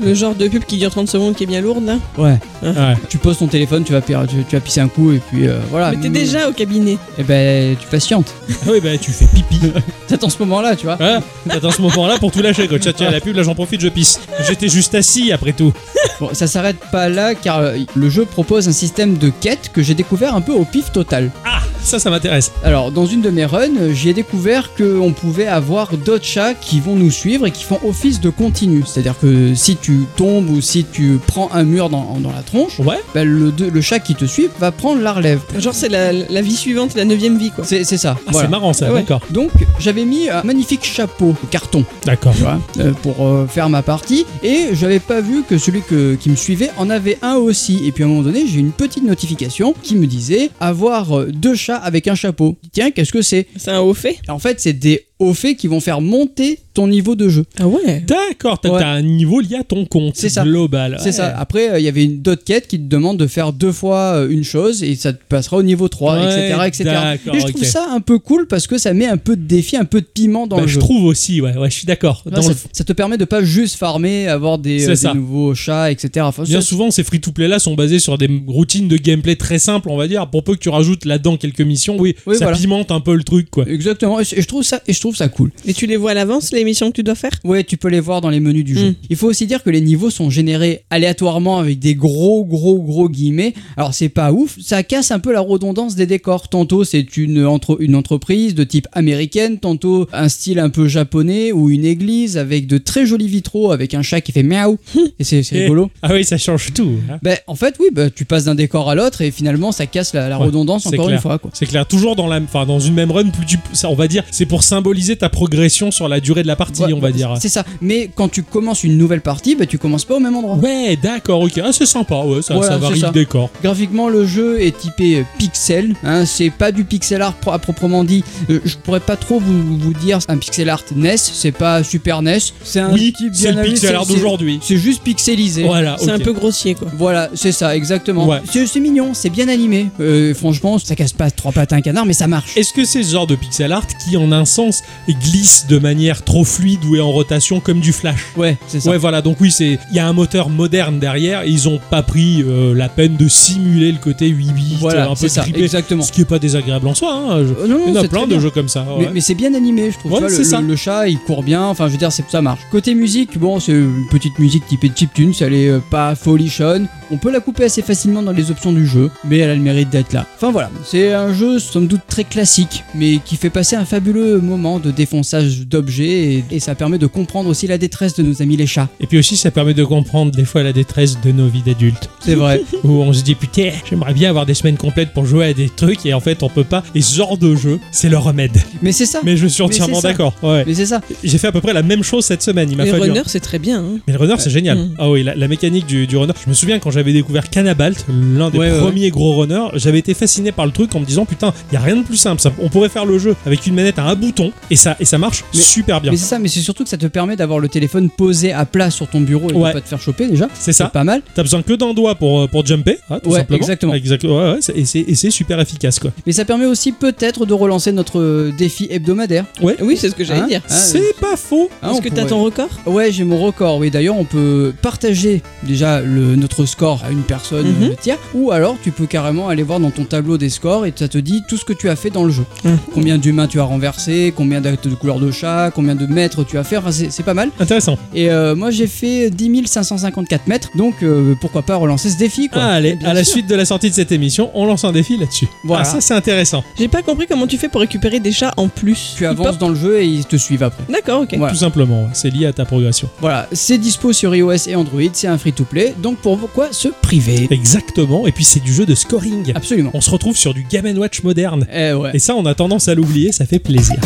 S3: Le genre de pub qui dure 30 secondes qui est bien lourde là.
S2: Ouais.
S1: Ah Ouais.
S2: Tu poses ton téléphone, tu vas, pi- tu, tu vas pisser un coup et puis euh, voilà.
S3: Mais t'es déjà au cabinet.
S2: Eh ben, tu patientes.
S1: Ah oui, bah tu fais pipi.
S2: T'attends ce moment-là, tu vois.
S1: Ouais, t'attends ce moment-là pour tout lâcher quoi. Tiens, tiens, la pub, là j'en profite, je pisse. J'étais juste assis après tout.
S2: Bon, ça s'arrête pas là car euh, le jeu propose un système de quêtes que j'ai découvert un peu au pif total.
S1: Ah, ça, ça m'intéresse.
S2: Alors, dans une de mes runs, euh, j'ai découvert qu'on pouvait avoir d'autres chats qui vont nous suivre et qui font office de continu. C'est-à-dire que si tu tombes ou si tu prends un mur dans, dans la tronche,
S1: Ouais. ah,
S2: ben, le, de- le chat qui te suit va prendre la relève.
S3: Genre c'est la, la vie suivante, la neuvième vie quoi.
S2: C'est c'est ça.
S1: Ah,
S2: voilà.
S1: c'est marrant ça,
S2: Ouais.
S1: d'accord.
S2: Donc j'avais mis un magnifique chapeau au carton
S1: D'accord.
S2: tu vois, euh, pour euh, faire ma partie et j'avais pas vu que celui que- qui me suivait en avait un aussi et puis à un moment donné j'ai eu une petite notification qui me disait avoir euh, deux chats avec un chapeau. Tiens qu'est-ce que c'est
S3: C'est un haut fait
S2: En fait c'est des hauts faits qui vont faire monter ton niveau de jeu.
S3: Ah ouais
S1: D'accord, t'as
S2: Ouais.
S1: t'as un niveau lié à ton compte
S2: C'est ça.
S1: global.
S2: C'est ça. Après euh, il y avait une- d'autres quêtes qui te demandent de faire deux fois euh, une chose et ça te passera au niveau 3
S1: Ouais,
S2: etc etc.
S1: d'accord,
S2: Et je trouve
S1: ok.
S2: ça un peu cool parce que ça met un peu de défi, un peu de piment dans
S1: Bah,
S2: le
S1: je
S2: jeu.
S1: trouve aussi, ouais, ouais, je suis d'accord.
S2: Ouais,
S1: Dans
S2: ça,
S1: le-
S2: ça te permet de pas juste farmer, avoir des,
S1: C'est
S2: euh, des
S1: ça.
S2: nouveaux chats, etc. Enfin,
S1: Bien
S2: c'est-
S1: souvent, ces free-to-play là sont basés sur des routines de gameplay très simples, on va dire. Pour peu que tu rajoutes là-dedans quelques missions, oui,
S2: Oui,
S1: ça
S2: voilà.
S1: pimente un peu le truc, quoi.
S2: Exactement, et c- et je trouve ça, et je trouve ça cool.
S3: Et tu les vois à l'avance les missions que tu dois faire
S2: Ouais, tu peux les voir dans les menus du jeu.
S3: Mm.
S2: Il faut aussi dire que les niveaux sont générés aléatoirement avec des gros, gros, gros guillemets. Alors c'est pas ouf, ça casse un peu la redondance des décors. Tantôt c'est une, entre, une entreprise de type américaine, tantôt un style un peu japonais ou une église avec de très jolis vitraux avec un chat qui fait miaou. Et c'est c'est
S1: Eh.
S2: rigolo.
S1: Ah oui, ça change tout. hein.
S2: Ben, en fait, oui, ben, tu passes d'un décor à l'autre et finalement ça casse la, la
S1: Ouais,
S2: redondance
S1: c'est
S2: encore
S1: clair.
S2: une fois. Quoi.
S1: C'est clair, toujours dans la, enfin dans une même run, plus tu, ça, on va dire, c'est pour symboliser ta progression sur la durée de la partie,
S2: Ouais,
S1: on va dire.
S2: C'est ça. Mais quand tu commences une nouvelle partie, ben, tu commences pas au même endroit.
S1: Ouais, d'accord, ok, ah, c'est sympa, ouais, ça,
S2: Voilà,
S1: ça
S2: c'est
S1: varie
S2: ça.
S1: le décor.
S2: Graphiquement, le jeu est typé euh, pixel. hein, c'est pas du pixel art pro- à proprement dit. Euh, je pourrais pas trop vous, vous dire un pixel art NES. C'est pas Super NES. C'est un
S1: Oui,
S2: type
S1: c'est
S2: bien
S1: le
S2: habillé,
S1: pixel
S2: c'est-
S1: art
S2: c'est-
S1: d'aujourd'hui.
S2: C'est juste pixelisé.
S1: Voilà,
S3: C'est un
S1: Ah, ok.
S3: peu grossier quoi.
S2: Voilà, c'est ça, exactement.
S1: Ouais.
S2: C'est c'est mignon, c'est bien animé. Euh, franchement, ça casse pas trois pattes à un canard, mais ça marche.
S1: Est-ce que c'est ce genre de pixel art qui, en un sens, glisse de manière trop fluide ou est en rotation comme du flash
S2: Ouais, c'est ça.
S1: Ouais, voilà, donc oui, c'est il y a un moteur moderne derrière et ils ont pas pris euh, la peine de simuler le côté 8 bits, euh,
S2: voilà,
S1: un peu
S2: c'est ça,
S1: tripé,
S2: exactement.
S1: ce qui est pas désagréable en soi. hein, je-
S2: Euh, non, non,
S1: Il y en a
S2: c'est
S1: plein
S2: très
S1: de
S2: bien.
S1: jeux comme ça. ouais.
S2: Mais, mais c'est bien animé, je trouve.
S1: Ouais,
S2: tu vois,
S1: c'est
S2: le,
S1: ça.
S2: le- le chat, il court bien. Enfin, je veux dire, c'est- ça marche. Côté musique, bon, c'est une petite musique typée de chiptune. Ça l'est euh, pas folichonne. On peut la couper assez facilement dans les options du jeu, mais elle a le mérite d'être là. Enfin voilà, c'est un jeu somme doute très classique, mais qui fait passer un fabuleux moment de défonçage d'objets et, et ça permet de comprendre aussi la détresse de nos amis les chats.
S1: Et puis aussi, ça permet de comprendre des fois la détresse de nos vies d'adultes,
S2: C'est vrai.
S1: où on se dit putain, j'aimerais bien avoir des semaines complètes pour jouer à des trucs, et en fait, on peut pas. Et ce genre de jeu, c'est le remède.
S2: mais c'est ça.
S1: Mais je suis entièrement
S2: ça.
S1: d'accord. Ouais.
S2: Mais c'est ça.
S1: J'ai fait à peu près la même chose cette semaine. Il m'a
S3: Les
S1: fallu. un-
S3: runners c'est très bien. hein.
S1: Mais le runner, c'est génial.
S3: Mm.
S1: Ah oui, la, la mécanique du, du runner. Je me souviens quand j'avais découvert Canabalt, l'un des
S2: Ouais, ouais,
S1: premiers gros runners, j'avais été fasciné par le truc en me disant putain, il y a rien de plus simple. ça. on pourrait faire le jeu avec une manette à un bouton et ça et ça marche
S2: Mais-
S1: super bien.
S2: Mais c'est ça, mais c'est surtout que ça te permet d'avoir le téléphone posé à plat sur ton bureau et
S1: Ouais.
S2: de pas te faire choper déjà.
S1: C'est ça.
S2: Pas mal.
S1: T'as besoin que d'un doigt pour euh, pour jumper, hein, tout
S2: Ouais,
S1: simplement.
S2: exactement.
S1: Exact- ouais, ouais, c'est- et c'est et c'est super efficace quoi.
S2: Mais ça permet aussi peut-être de relancer notre euh, défi hebdomadaire.
S3: Oui c'est ce que j'allais
S2: Hein
S3: dire.
S2: Ah,
S1: c'est pas faux.
S2: Hein,
S3: Est-ce
S2: on
S3: que
S2: pourrait-
S3: t'as ton record
S2: Ouais, j'ai mon record. Oui, d'ailleurs, on peut partager déjà le, notre score à une personne
S3: Mhm.
S2: euh, tiers, ou alors tu peux carrément aller voir dans ton tableau des scores et ça te dit tout ce que tu as fait dans le jeu.
S3: Mhm.
S2: Combien d'humains tu as renversé, combien d'actes de couleur de chat, combien de mètres tu as fait. Enfin, c'est c'est pas mal.
S1: Intéressant.
S2: Et euh, moi, j'ai fait 10 554 mètres, donc euh, pourquoi pas relancer ce défi quoi.
S1: Ah, allez,
S2: Bien
S1: à la
S2: sûr.
S1: suite de la sortie de cette émission, on lance un défi là-dessus.
S2: Voilà.
S1: Ah, ça c'est intéressant.
S3: J'ai pas compris comment tu fais pour récupérer des chats en plus.
S2: Tu
S3: Ils
S2: avances
S3: portent-
S2: dans le jeu et ils te suivent après.
S3: D'accord ok.
S2: Voilà.
S1: Tout simplement, ouais. c'est lié à ta progression.
S2: Voilà, c'est dispo sur iOS et Android, c'est un free-to-play, donc pourquoi se priver
S1: Exactement. Et puis c'est du jeu de scoring.
S2: Absolument.
S1: On se retrouve sur du Game Watch moderne.
S2: Eh ouais.
S1: Et ça, on a tendance à l'oublier, ça fait plaisir.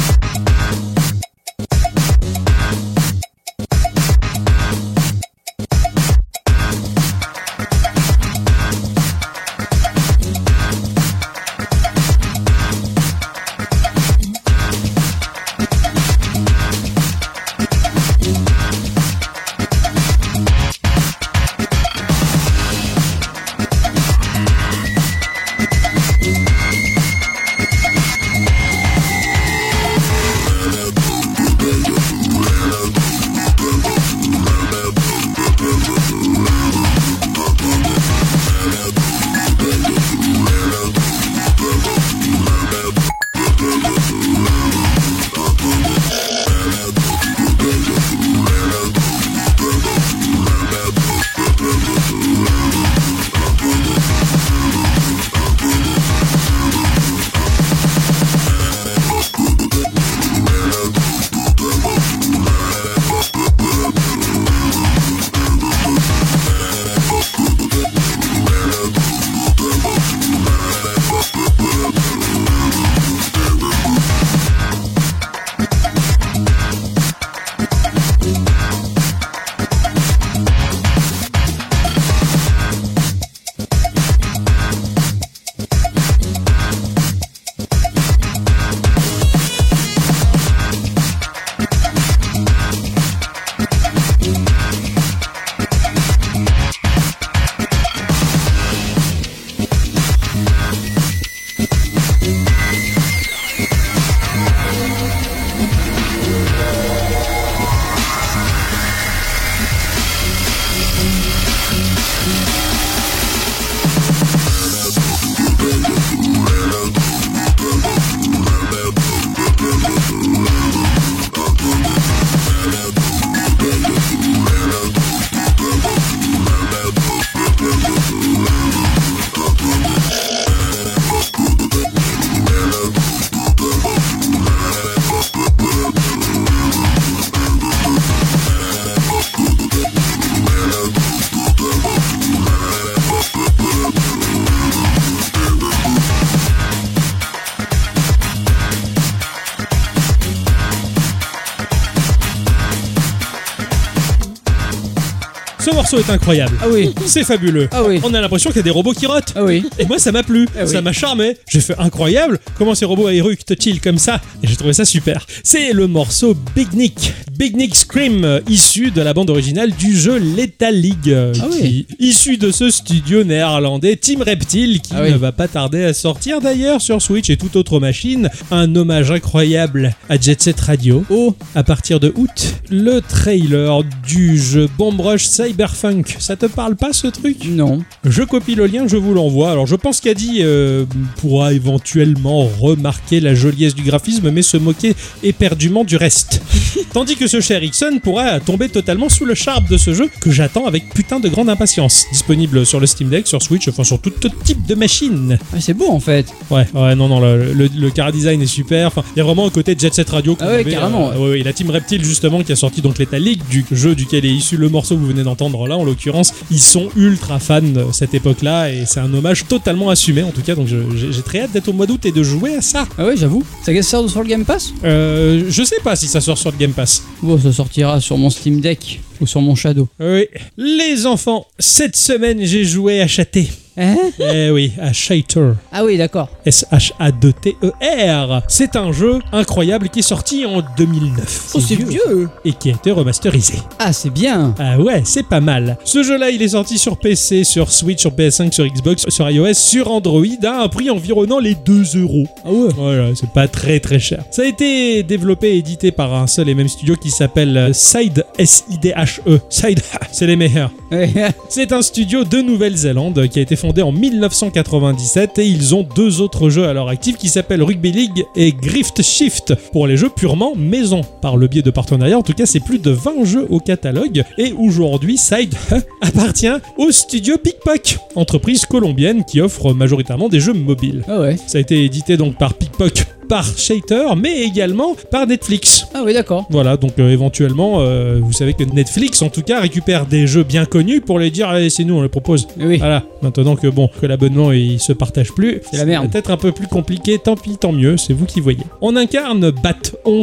S1: morceau est incroyable.
S2: Ah oui.
S1: C'est fabuleux.
S2: Ah oui.
S1: On a l'impression qu'il y a des robots qui rotent.
S2: Ah oui.
S1: Et moi, ça m'a plu,
S2: Ah oui.
S1: ça m'a charmé. J'ai fait incroyable. Comment ces robots éructent-ils comme ça Et j'ai trouvé ça super. C'est le morceau Big Nick. Big Nick Scream, euh, issu de la bande originale du jeu Lethal League, euh,
S2: Ah
S1: qui- issu de ce studio néerlandais Team Reptile, qui
S2: Ah oui.
S1: ne va pas tarder à sortir d'ailleurs sur Switch et toute autre machine. Un hommage incroyable à Jet Set Radio.
S2: Oh,
S1: À partir de août, le trailer du jeu Bomb Rush Cyberpunk. Ça te parle pas ce truc
S2: non.
S1: je copie le lien, je vous l'envoie. Alors je pense qu'Adi euh, pourra éventuellement remarquer la joliesse du graphisme, mais se moquer éperdument du reste. Tandis que ce cher Ixon pourra tomber totalement sous le charme de ce jeu que j'attends avec putain de grande impatience. Disponible sur le Steam Deck, sur Switch, enfin sur tout, tout type de machine.
S2: Ah, c'est beau en fait.
S1: Ouais, ouais, non, non, le, le, le chara design est super. Enfin, il y a vraiment un côté Jet Set Radio. qu'on
S2: Ah ouais,
S1: avait,
S2: carrément, ouais.
S1: ouais, ouais, et la Team Reptile, justement, qui a sorti donc l'État League du jeu duquel est issu le morceau que vous venez d'entendre là, en l'occurrence, ils sont ultra fans de cette époque-là et c'est un hommage totalement assumé en tout cas. Donc je- j'ai j'ai très hâte d'être au mois d'août et de jouer à ça.
S2: Ah ouais, j'avoue. Ça sort sur le Game Pass
S1: Euh, je sais pas si ça sort sur le Game Pass.
S2: Bon, ça sortira sur mon Steam Deck ou sur mon Shadow.
S1: Oui. Les enfants, cette semaine j'ai joué à Châté.
S2: Hein
S1: eh oui, à Shatter.
S2: Ah oui, d'accord.
S1: S-H-A-D-T-E-R. E C'est un jeu incroyable qui est sorti en 2009.
S2: Oh,
S1: Et qui a été remasterisé.
S2: Ah, c'est bien.
S1: Ah ouais, c'est pas mal. Ce jeu-là, il est sorti sur PC, sur Switch, sur PS5, sur Xbox, sur iOS, sur Android, à un prix environnant les 2 euros.
S2: Ah ouais.
S1: Voilà, c'est pas très très cher. Ça a été développé et édité par un seul et même studio qui s'appelle euh, Side, S-I-D-H-E. E. Side, c'est les meilleurs.
S2: Ouais.
S1: C'est un studio de Nouvelle-Zélande qui a été fondé en 1997 et ils ont deux autres jeux à leur actif qui s'appellent Rugby League et Grift Shift pour les jeux purement maison. Par le biais de partenariats, en tout cas, c'est plus de 20 jeux au catalogue et aujourd'hui, Side appartient au studio Pickpock, entreprise colombienne qui offre majoritairement des jeux mobiles.
S2: Ah ouais.
S1: Ça a été édité donc par Pickpock, par Shater, mais également par Netflix.
S2: Ah oui, d'accord.
S1: Voilà, donc euh, éventuellement, euh, vous savez que Netflix, en tout cas, récupère des jeux bien connus pour les dire, allez, c'est nous, on les propose.
S2: Oui.
S1: Voilà, maintenant que bon, que l'abonnement il se partage plus,
S2: la merde.
S1: Peut-être un peu plus compliqué, tant pis, tant mieux, c'est vous qui voyez. On incarne Bat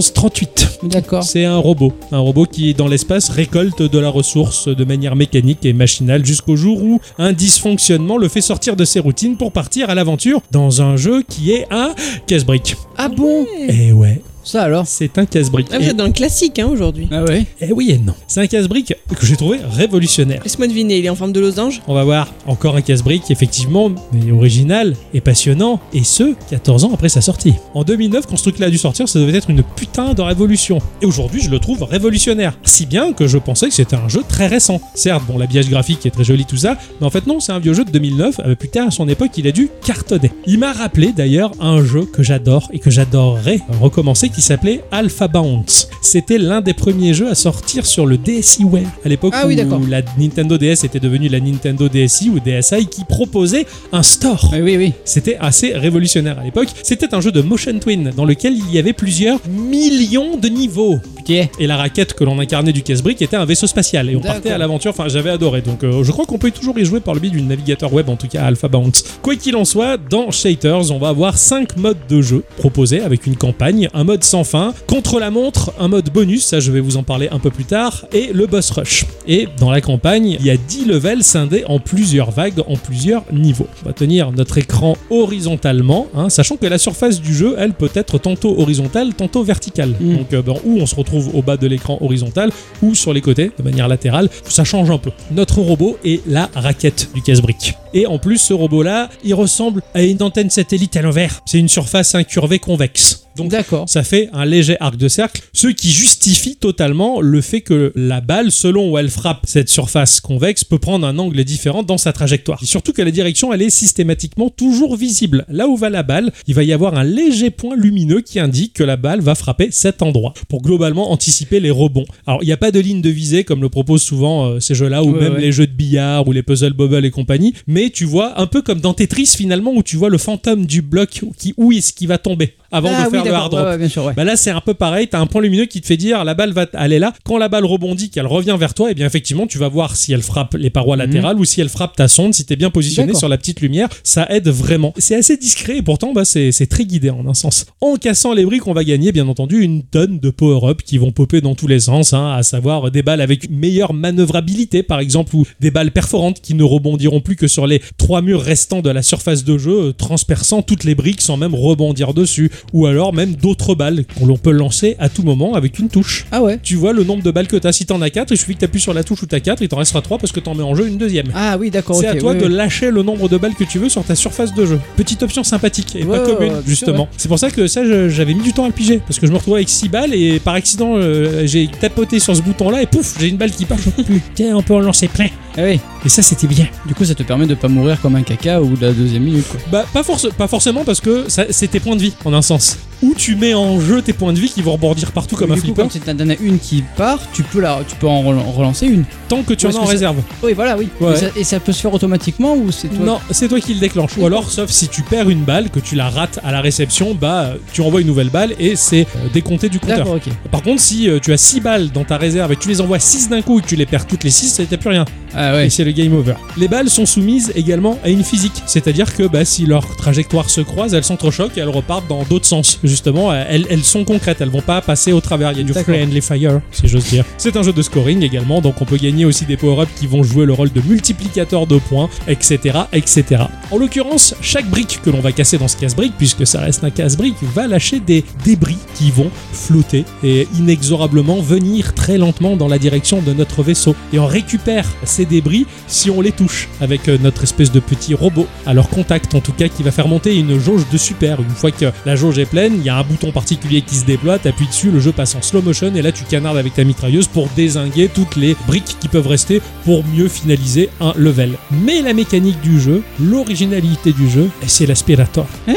S1: 1138.
S3: Oh.
S2: D'accord.
S1: C'est un robot. Un robot qui, dans l'espace, récolte de la ressource de manière mécanique et machinale jusqu'au jour où un dysfonctionnement le fait sortir de ses routines pour partir à l'aventure dans un jeu qui est un casse-brique.
S2: Ah bon
S1: Eh ouais,
S2: Ça alors
S1: c'est un casse-brique.
S3: Ah, vous
S1: Et-
S3: êtes dans le classique hein, aujourd'hui.
S2: Ah ouais.
S1: eh oui et non. C'est un casse-brique que j'ai trouvé révolutionnaire.
S3: Laisse-moi deviner, il est en forme de losange
S1: On va voir encore un casse-brique, effectivement, mais original et passionnant, et ce, 14 ans après sa sortie. En 2009, quand ce truc-là a dû sortir, ça devait être une putain de révolution. Et aujourd'hui, je le trouve révolutionnaire. Si bien que je pensais que c'était un jeu très récent. Certes, bon, l'habillage graphique est très joli, tout ça, mais en fait, non, c'est un vieux jeu de 2009. Ah bah, plus tard, à son époque, il a dû cartonner. Il m'a rappelé d'ailleurs un jeu que j'adore et que j'adorerais recommencer qui s'appelait Alpha Bounce. C'était l'un des premiers jeux à sortir sur le DSiWare. À l'époque
S2: Ah
S1: où
S2: oui, d'accord.
S1: la Nintendo DS était devenue la Nintendo DSi ou DSi qui proposait un store.
S2: Ah oui, oui.
S1: C'était assez révolutionnaire à l'époque. C'était un jeu de motion twin dans lequel il y avait plusieurs millions de niveaux.
S2: Putain.
S1: Et la raquette que l'on incarnait du casse-brique était un vaisseau spatial. Et on
S2: D'accord.
S1: partait à l'aventure. Enfin, j'avais adoré. Donc, euh, je crois qu'on peut toujours y jouer par le biais du navigateur web, en tout cas à Alpha Bounce. Quoi qu'il en soit, dans Shaters, on va avoir 5 modes de jeu proposés avec une campagne, un mode sans fin, contre la montre, un mode bonus, ça je vais vous en parler un peu plus tard, et le boss rush. Et dans la campagne, il y a 10 levels scindés en plusieurs vagues, en plusieurs niveaux. On va tenir notre écran horizontalement, hein, sachant que la surface du jeu, elle peut être tantôt horizontale, tantôt verticale.
S2: Mm.
S1: Donc, euh, ben, où on se retrouve au bas de l'écran horizontal, ou sur les côtés, de manière latérale, ça change un peu. Notre robot est la raquette du casse-brique. Et en plus, ce robot-là, il ressemble à une antenne satellite à l'envers. C'est une surface incurvée convexe. Donc,
S2: D'accord.
S1: ça fait un léger arc de cercle, ce qui justifie totalement le fait que la balle, selon où elle frappe cette surface convexe, peut prendre un angle différent dans sa trajectoire. Et surtout que la direction, elle est systématiquement toujours visible. Là où va la balle, il va y avoir un léger point lumineux qui indique que la balle va frapper cet endroit, pour globalement anticiper les rebonds. Alors, il n'y a pas de ligne de visée, comme le proposent souvent euh, ces jeux-là, ou
S2: Ouais,
S1: même
S2: ouais.
S1: les jeux de billard, ou les puzzle bubble et compagnie, mais tu vois, un peu comme dans Tetris, finalement, où tu vois le fantôme du bloc qui, où est-ce qui va tomber, avant
S2: Ah
S1: de faire vers le
S2: d'accord,
S1: hard drop.
S2: ouais, ouais, bien sûr, ouais.
S1: Bah là, c'est un peu pareil. T'as un point lumineux qui te fait dire la balle va t- aller là. Quand la balle rebondit, qu'elle revient vers toi, et bien effectivement, tu vas voir si elle frappe les parois latérales ou si elle frappe ta sonde, si t'es bien positionné
S2: D'accord.
S1: sur la petite lumière. Ça aide vraiment. C'est assez discret et pourtant, bah, c'est c'est très guidé en un sens. En cassant les briques, on va gagner bien entendu une tonne de power-up qui vont popper dans tous les sens, hein, à savoir des balles avec une meilleure manœuvrabilité, par exemple, ou des balles perforantes qui ne rebondiront plus que sur les trois murs restants de la surface de jeu, euh, transperçant toutes les briques sans même rebondir dessus, ou alors même d'autres balles qu'on l'on peut lancer à tout moment avec une touche.
S2: Ah ouais
S1: Tu vois le nombre de balles que t'as. Si t'en as 4, il suffit que t'appuies sur la touche où t'as 4, il t'en restera 3 parce que t'en mets en jeu une deuxième.
S2: Ah oui, d'accord.
S1: C'est
S2: ok,
S1: à toi
S2: ouais,
S1: de
S2: ouais.
S1: lâcher le nombre de balles que tu veux sur ta surface de jeu. Petite option sympathique et
S2: Ouais,
S1: pas
S2: ouais,
S1: commune,
S2: ouais, bien sûr,
S1: justement. C'est pour ça que ça, je- j'avais mis du temps à le piger. Parce que je me retrouvais avec 6 balles et par accident, euh, j'ai tapoté sur ce bouton-là et pouf, j'ai une balle qui part. Je- Putain, on peut en lancer plein.
S2: Ah oui.
S1: Et ça, c'était bien.
S2: Du coup, ça te permet de pas mourir comme un caca ou de la deuxième minute, quoi.
S1: Bah, pas, force- pas forcément parce que ça- c'est tes points de vie, en un sens. Ou tu mets en jeu tes points de vie qui vont rebondir partout comme
S2: Mais
S1: un
S2: du coup,
S1: flipper
S2: comme c'est un- t'en as une qui part, tu peux, la, tu peux en relan- relancer une.
S1: tant que tu en as
S2: Parce
S1: en
S2: que ça-
S1: réserve.
S2: Oui, voilà, oui.
S1: Ouais.
S2: Et, ça, et ça peut se faire automatiquement ou c'est toi
S1: Non, c'est toi qui le déclenche. Ou alors, sauf si tu perds une balle, que tu la rates à la réception, bah, tu envoies une nouvelle balle et c'est euh, décompté du compteur.
S2: D'accord, ok.
S1: Par contre, si euh, tu as 6 balles dans ta réserve et tu les envoies 6 d'un coup et que tu les perds toutes les 6, t'as plus rien.
S2: Ah ouais.
S1: Et c'est le game over. Les balles sont soumises également à une physique. C'est-à-dire que bah, si leurs trajectoires se croisent, elles s'entrechoquent et elles repartent dans d'autres sens. Justement, elles, elles sont concrètes, elles vont pas passer au travers. Il y a du
S2: D'accord.
S1: friendly fire, si j'ose dire. C'est un jeu de scoring également, donc on peut gagner aussi des power-ups qui vont jouer le rôle de multiplicateur de points, etc. etc. En l'occurrence, chaque brique que l'on va casser dans ce casse-brique, puisque ça reste un casse-brique, va lâcher des débris qui vont flotter et inexorablement venir très lentement dans la direction de notre vaisseau. Et on récupère ces débris si on les touche avec euh, notre espèce de petit robot à leur contact en tout cas qui va faire monter une jauge de super. Une fois que la jauge est pleine, il y a un bouton particulier qui se déploie, t'appuies dessus, le jeu passe en slow motion et là tu canardes avec ta mitrailleuse pour désinguer toutes les briques qui peuvent rester pour mieux finaliser un level. Mais la mécanique du jeu, l'originalité du jeu, eh, c'est l'aspirator.
S2: Ah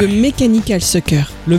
S3: Le Mechanical Sucker.
S1: Le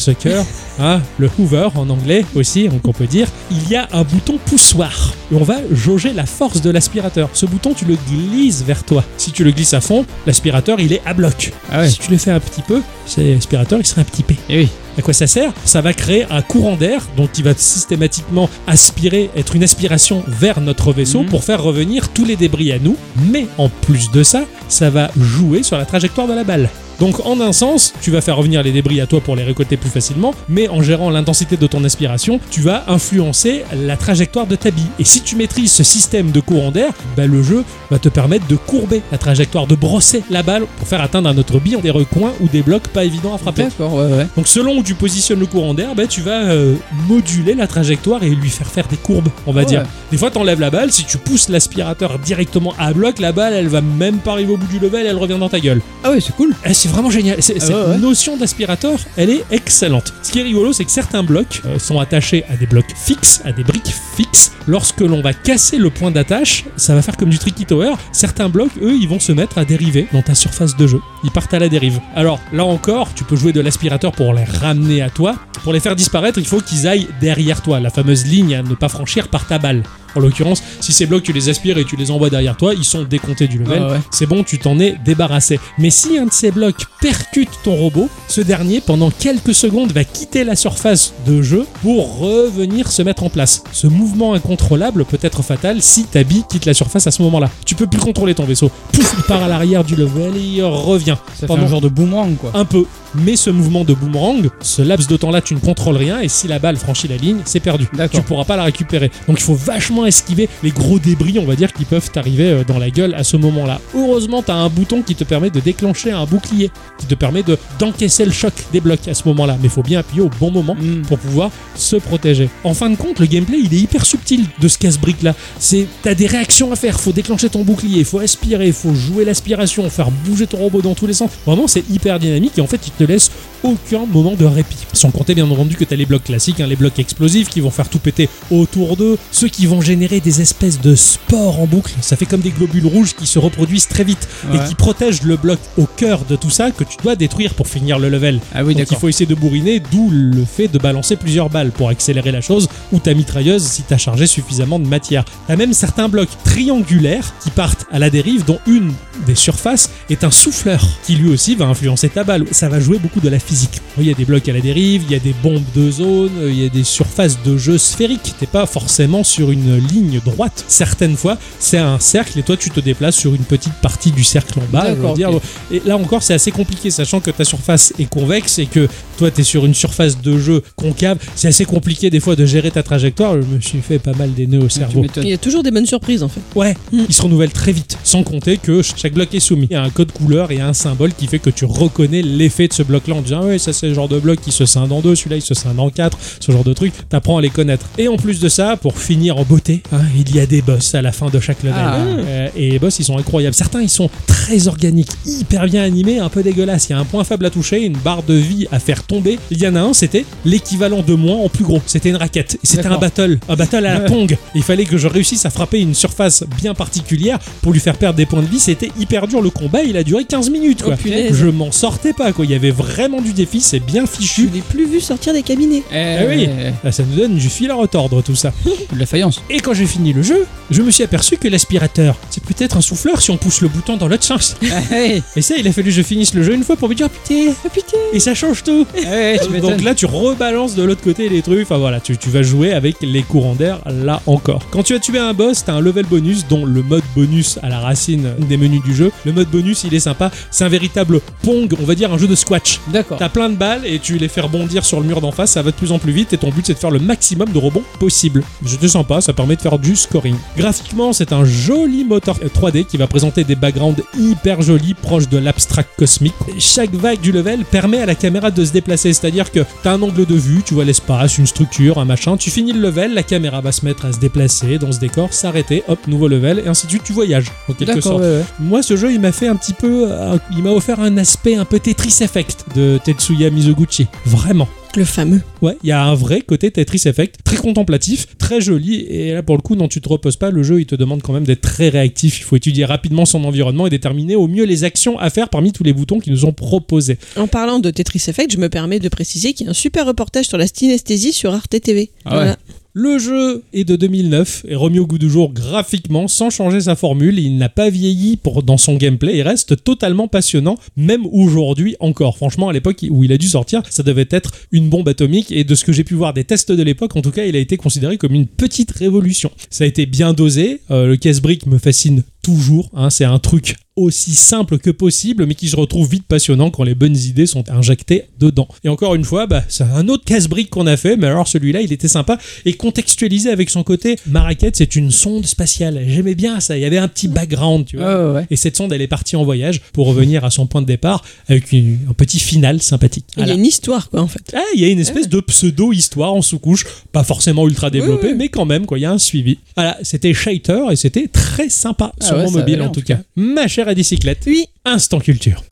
S1: sucker, hein, le hoover en anglais aussi, donc on peut dire, il y a un bouton poussoir. Et on va jauger la force de l'aspirateur. Ce bouton, tu le glisses vers toi. Si tu le glisses à fond, l'aspirateur, il est à bloc.
S2: Ah ouais.
S1: Si tu le fais un petit peu, c'est- l'aspirateur, il sera un petit peu.
S2: Et oui.
S1: À quoi ça sert Ça va créer un courant d'air dont il va systématiquement aspirer, être une aspiration vers notre vaisseau
S2: Mhm.
S1: pour faire revenir tous les débris à nous. Mais en plus de ça, ça va jouer sur la trajectoire de la balle. Donc en un sens, tu vas faire revenir les débris à toi pour les récolter plus facilement, mais en gérant l'intensité de ton aspiration, tu vas influencer la trajectoire de ta bille. Et si tu maîtrises ce système de courant d'air, bah, le jeu va te permettre de courber la trajectoire, de brosser la balle pour faire atteindre à notre bille des recoins ou des blocs pas évidents à frapper.
S2: D'accord, ouais, ouais.
S1: Donc selon où tu positionnes le courant d'air, bah, tu vas euh, moduler la trajectoire et lui faire faire des courbes, on va
S2: Ouais.
S1: dire. Des fois, t'enlèves la balle, si tu pousses l'aspirateur directement à bloc, la balle, elle va même pas arriver au bout du level, elle revient dans ta gueule.
S2: Ah ouais, c'est cool.
S1: Eh, c'est vraiment génial. C'est-
S2: Ah
S1: cette
S2: ouais, ouais.
S1: notion d'aspirateur, elle est excellente. Ce qui est rigolo, c'est que certains blocs euh, sont attachés à des blocs fixes, à des briques fixes. Lorsque l'on va casser le point d'attache, ça va faire comme du Tricky Tower. Certains blocs, eux, ils vont se mettre à dériver dans ta surface de jeu. Ils partent à la dérive. Alors là encore, tu peux jouer de l'aspirateur pour les ramener à toi. Pour les faire disparaître, il faut qu'ils aillent derrière toi, la fameuse ligne à ne pas franchir par ta balle. En l'occurrence, si ces blocs, tu les aspires et tu les envoies derrière toi, ils sont décomptés du level
S2: Ah ouais.
S1: c'est bon, tu t'en es débarrassé. Mais si un de ces blocs percute ton robot, ce dernier, pendant quelques secondes, va quitter la surface de jeu pour revenir se mettre en place. Ce mouvement incontrôlable peut être fatal si ta bille quitte la surface à ce moment-là. Tu peux plus contrôler ton vaisseau. Pouf, il part à l'arrière du level et il revient
S2: Ça fait
S1: Pardon.
S2: un genre de boomerang, quoi.
S1: un peu. Mais ce mouvement de boomerang, ce laps de temps-là, tu ne contrôles rien et si la balle franchit la ligne, c'est perdu.
S2: D'accord.
S1: Tu pourras pas la récupérer. Donc il faut vachement esquiver les gros débris, on va dire, qui peuvent t'arriver euh, dans la gueule à ce moment-là. Heureusement, tu as un bouton qui te permet de déclencher un bouclier, qui te permet de d'encaisser le choc des blocs à ce moment-là. Mais il faut bien appuyer au bon moment
S2: Mm.
S1: pour pouvoir se protéger. En fin de compte, le gameplay il est hyper subtil de ce casse-brique là. C'est t'as des réactions à faire, faut déclencher ton bouclier, faut aspirer, faut jouer l'aspiration, faire bouger ton robot dans tous les sens. Vraiment, c'est hyper dynamique et en fait, il te laisse aucun moment de répit. Sans compter bien entendu que t'as les blocs classiques, hein, les blocs explosifs qui vont faire tout péter autour d'eux, ceux qui vont générer des espèces de spores en boucle. Ça fait comme des globules rouges qui se reproduisent très vite
S2: Ouais.
S1: et qui protègent le bloc au cœur de tout ça que tu dois détruire pour finir le level.
S2: Ah oui,
S1: Donc il
S2: d'accord.
S1: faut essayer de bourriner, d'où le fait de balancer plusieurs balles pour accélérer la chose, ou ta mitrailleuse si t'as chargé suffisamment de matière. T'as même certains blocs triangulaires qui partent à la dérive, dont une des surfaces est un souffleur, qui lui aussi va influencer ta balle. Ça va jouer beaucoup de la physique. Il y a des blocs à la dérive, il y a des bombes de zone, euh, il y a des surfaces de jeu sphériques. T'es pas forcément sur une ligne droite. Certaines fois, c'est un cercle et toi, tu te déplaces sur une petite partie du cercle en bas. je veux
S2: D'accord,
S1: dire.
S2: ok.
S1: Et là encore, c'est assez compliqué, sachant que ta surface est convexe et que toi, t'es sur une surface de jeu concave. C'est assez compliqué des fois de gérer ta trajectoire. Je me suis fait pas mal des
S2: Ah,
S1: nœuds au cerveau.
S2: m'étonnes.
S3: Il y a toujours des bonnes surprises en fait.
S1: Ouais,
S3: Mm.
S1: ils se renouvellent très vite, sans compter que ch- chaque bloc est soumis à un code couleur et à un symbole qui fait que tu reconnais l'effet de ce bloc-là en disant ah ouais, ça c'est le genre de bloc qui se scinde en deux, celui-là il se scinde en quatre, ce genre de truc, t'apprends à les connaître. Et en plus de ça, pour finir en beauté, hein, il y a des boss à la fin de chaque level.
S2: Ah.
S1: Euh, et les boss ils sont incroyables. Certains ils sont très organiques, hyper bien animés, un peu dégueulasses. Il y a un point faible à toucher, une barre de vie à faire tomber. Il y en a un, c'était l'équivalent de moi en plus gros. C'était une raquette. Et C'était un
S2: D'accord.
S1: battle, un battle à la
S2: Ouais.
S1: Pong. Il fallait que je réussisse à frapper une surface bien particulière pour lui faire perdre des points de vie. C'était hyper dur. Le combat, il a duré 15 minutes. Quoi.
S3: Oh, punaise.
S1: je m'en sortais pas. Quoi. Il y avait vraiment du défi. C'est bien
S3: Je
S1: fichu.
S3: l'ai plus vu sortir des cabinets.
S2: Eh,
S1: Ah oui. Ah, Ça nous donne du fil à retordre tout ça.
S2: De la faïence.
S1: Et quand j'ai fini le jeu, je me suis aperçu que l'aspirateur, c'est peut-être un souffleur si on pousse le bouton dans l'autre sens.
S2: hey,
S1: Et ça, il a fallu que je finisse le jeu une fois pour me dire Ah, putain,
S2: Oh,
S3: Ah putain
S1: et ça change tout.
S2: hey, Eh, tu m'étonnes.
S1: Donc là, tu rebalances de l'autre côté les trucs. Enfin voilà, tu, tu vas jouer avec les courants d'air là encore. Quand tu as tué un boss, t'as un level bonus, dont le mode bonus à la racine des menus du jeu. Le mode bonus, il est sympa. C'est un véritable pong, on va dire un jeu de squash.
S2: D'accord.
S1: T'as plein de balles et tu les fais rebondir sur le mur d'en face, ça va de plus en plus vite et ton but c'est de faire le maximum de rebonds possible. Je te sens pas, ça permet de faire du scoring. Graphiquement, c'est un joli moteur 3D qui va présenter des backgrounds hyper jolis, proches de l'abstract cosmique. Chaque vague du level permet à la caméra de se déplacer, c'est-à-dire que t'as un angle de vue, tu vois l'espace, une structure, un machin, tu finis le level, la caméra va se mettre à se déplacer dans ce décor, s'arrêter, hop, nouveau level, et ainsi de suite, tu voyages en quelque sorte.
S2: D'accord, ouais, ouais.
S1: Moi, ce jeu, il m'a fait un petit peu. euh, il m'a offert un aspect un peu Tetris Effect de Tetsuya Mizoguchi. Vraiment.
S3: Le fameux.
S1: Ouais, il y a un vrai côté Tetris Effect, très contemplatif, très joli, et là pour le coup, non, tu te reposes pas, le jeu il te demande quand même d'être très réactif, il faut étudier rapidement son environnement et déterminer au mieux les actions à faire parmi tous les boutons qui nous ont proposés.
S3: En parlant de Tetris Effect, je me permets de préciser qu'il y a un super reportage sur la synesthésie sur Arte TV.
S2: Ah ouais.
S1: Le jeu est de 2009 et remis au goût du jour graphiquement sans changer sa formule. Il n'a pas vieilli pour, dans son gameplay et reste totalement passionnant, même aujourd'hui encore. Franchement, à l'époque où il a dû sortir, ça devait être une bombe atomique et de ce que j'ai pu voir des tests de l'époque, en tout cas, il a été considéré comme une petite révolution. Ça a été bien dosé. euh, le casse-brique me fascine toujours. hein, C'est un truc aussi simple que possible, mais qui se retrouve vite passionnant quand les bonnes idées sont injectées dedans. Et encore une fois, bah, c'est un autre casse-brique qu'on a fait, mais alors celui-là, il était sympa et contextualisé avec son côté. Ma raquette, c'est une sonde spatiale. J'aimais bien ça. Il y avait un petit background, tu vois.
S2: Ouais, ouais, ouais.
S1: Et cette sonde, elle est partie en voyage pour revenir à son point de départ avec une- un petit final sympathique.
S3: Il y
S1: Voilà.
S3: a une histoire quoi en fait.
S1: Ah, il y a une espèce de pseudo-histoire en sous-couche, pas forcément ultra développée,
S3: Oui, oui.
S1: mais quand même, quoi, il y a un suivi. Voilà, c'était Shater et c'était très sympa
S2: Ah
S1: sur
S2: ouais,
S1: mon
S2: ça avait
S1: mobile
S2: l'air,
S1: en
S2: en
S1: tout
S2: tout cas.
S1: cas. Ma chère à bicyclette, oui, instant culture.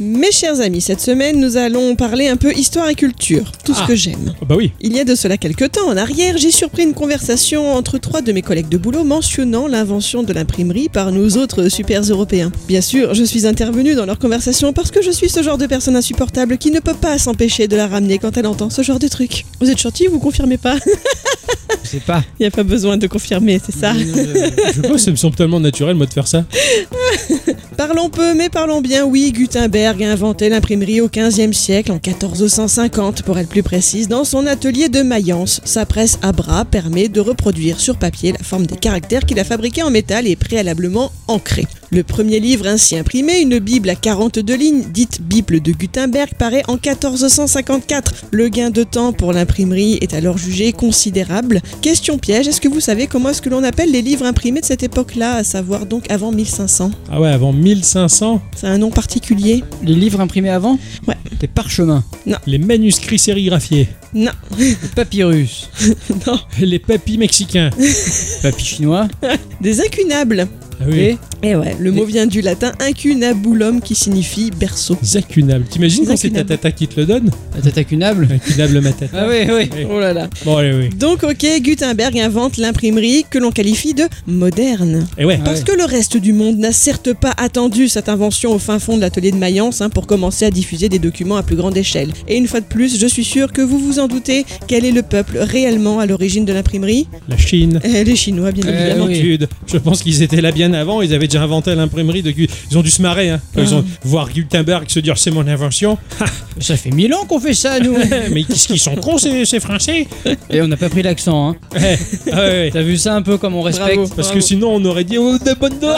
S3: Mes chers amis, cette semaine nous allons parler un peu histoire et culture, tout ce
S1: Ah.
S3: que j'aime.
S1: Ah Bah oui,
S3: Il y a de cela quelque temps en arrière, j'ai surpris une conversation entre trois de mes collègues de boulot mentionnant l'invention de l'imprimerie par nous autres super européens. Bien sûr, je suis intervenue dans leur conversation parce que je suis ce genre de personne insupportable qui ne peut pas s'empêcher de la ramener quand elle entend ce genre de truc. Vous êtes gentil, vous confirmez pas
S2: Je sais pas.
S3: Il n'y a pas besoin de confirmer, c'est ça
S1: je sais pas, ça me semble tellement naturel, moi, de faire ça.
S3: Parlons peu, mais parlons bien. Oui, Gutenberg a inventé l'imprimerie au XVe siècle, en 1450 pour être plus précise, dans son atelier de Mayence. Sa presse à bras permet de reproduire sur papier la forme des caractères qu'il a fabriqués en métal et préalablement ancrés. Le premier livre ainsi imprimé, une Bible à 42 lignes, dite Bible de Gutenberg, paraît en 1454. Le gain de temps pour l'imprimerie est alors jugé considérable. Question piège, est-ce que vous savez comment est-ce que l'on appelle les livres imprimés de cette époque-là, à savoir donc avant 1500
S1: Ah ouais, avant 1500,
S3: c'est un nom particulier
S2: Les livres imprimés avant
S3: Ouais.
S2: Des parchemins.
S1: les manuscrits sérigraphiés,
S3: Non,
S2: Des papyrus.
S3: non.
S1: les papis mexicains.
S2: Papy chinois.
S3: Des incunables.
S1: Ah oui.
S2: Et
S3: Et ouais, le mot vient du latin incunabulum qui signifie berceau.
S1: Zacunable. T'imagines quand c'est ta
S3: Zacunable.
S1: tata qui te le donne
S2: Atacunable
S1: Incunable ma tata.
S2: Ah oui, oui.
S3: Oh là
S2: Ah.
S3: là.
S1: Bon, allez, oui.
S3: Donc ok, Gutenberg invente l'imprimerie que l'on qualifie de moderne.
S1: Et Eh ouais.
S2: Ah.
S3: Parce que le reste du monde n'a certes pas attendu cette invention au fin fond de l'atelier de Mayence hein, pour commencer à diffuser des documents à plus grande échelle. Et une fois de plus, je suis sûr que vous vous en doutez, quel est le peuple réellement à l'origine de l'imprimerie
S1: La Chine.
S3: Eh, Les Chinois, bien
S2: Eh
S3: évidemment.
S2: oui.
S1: D'habitude. Je pense qu'ils étaient là bien avant, ils avaient déjà inventé l'imprimerie de Gu- Ils ont dû se marrer, hein. Quand Ils ont voir Gutenberg se dire c'est mon invention.
S2: Ah. Ça fait mille ans qu'on fait ça, nous.
S1: Mais qu'est-ce qu'ils sont cons ces, ces Français
S2: Et on n'a pas pris l'accent, hein.
S1: Eh, ah ouais, ouais.
S2: T'as vu ça un peu comme on respecte Ah,
S3: Bravo.
S1: Parce que sinon on aurait dit oh, de bonne dose.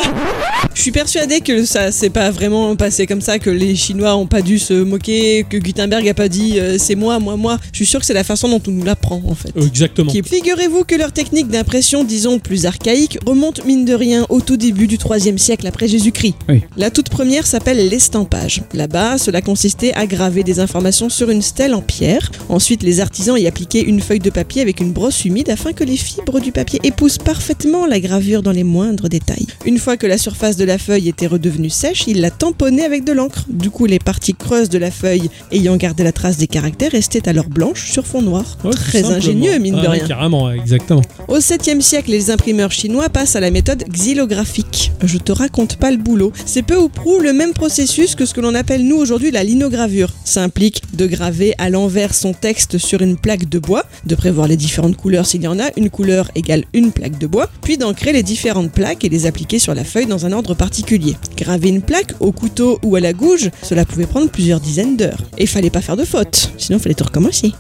S3: Je suis persuadée que ça s'est pas vraiment passé comme ça, que les Chinois ont pas dû se moquer, que Gutenberg a pas dit euh, c'est moi, moi, moi. Je suis sûr que c'est la façon dont on nous l'apprend en fait.
S1: Exactement.
S3: Qui- Figurez-vous que leur technique d'impression, disons plus archaïque, remonte mine de rien au tout début du 3 siècle après Jésus-Christ.
S2: Oui.
S3: La toute première s'appelle l'estampage. Là-bas, cela consistait à graver des informations sur une stèle en pierre. Ensuite, les artisans y appliquaient une feuille de papier avec une brosse humide afin que les fibres du papier épousent parfaitement la gravure dans les moindres détails. Une fois que la surface de la feuille était redevenue sèche, ils la tamponnaient avec de l'encre. Du coup, les parties creuses de la feuille ayant gardé la trace des caractères restaient alors blanches sur fond noir.
S1: Ouais,
S3: Très
S1: tout simplement.
S3: ingénieux, mine
S1: Ah
S3: de
S1: ouais,
S3: rien.
S1: Carrément, ouais, exactement.
S3: Au 7e siècle, les imprimeurs chinois passent à la méthode xylographique. Je te raconte pas le boulot. C'est peu ou prou le même processus que ce que l'on appelle nous aujourd'hui la linogravure. Ça implique de graver à l'envers son texte sur une plaque de bois, de prévoir les différentes couleurs s'il y en a, une couleur égale une plaque de bois, puis d'ancrer les différentes plaques et les appliquer sur la feuille dans un ordre particulier. Graver une plaque au couteau ou à la gouge, cela pouvait prendre plusieurs dizaines d'heures. Et fallait pas faire de faute, sinon fallait tout recommencer.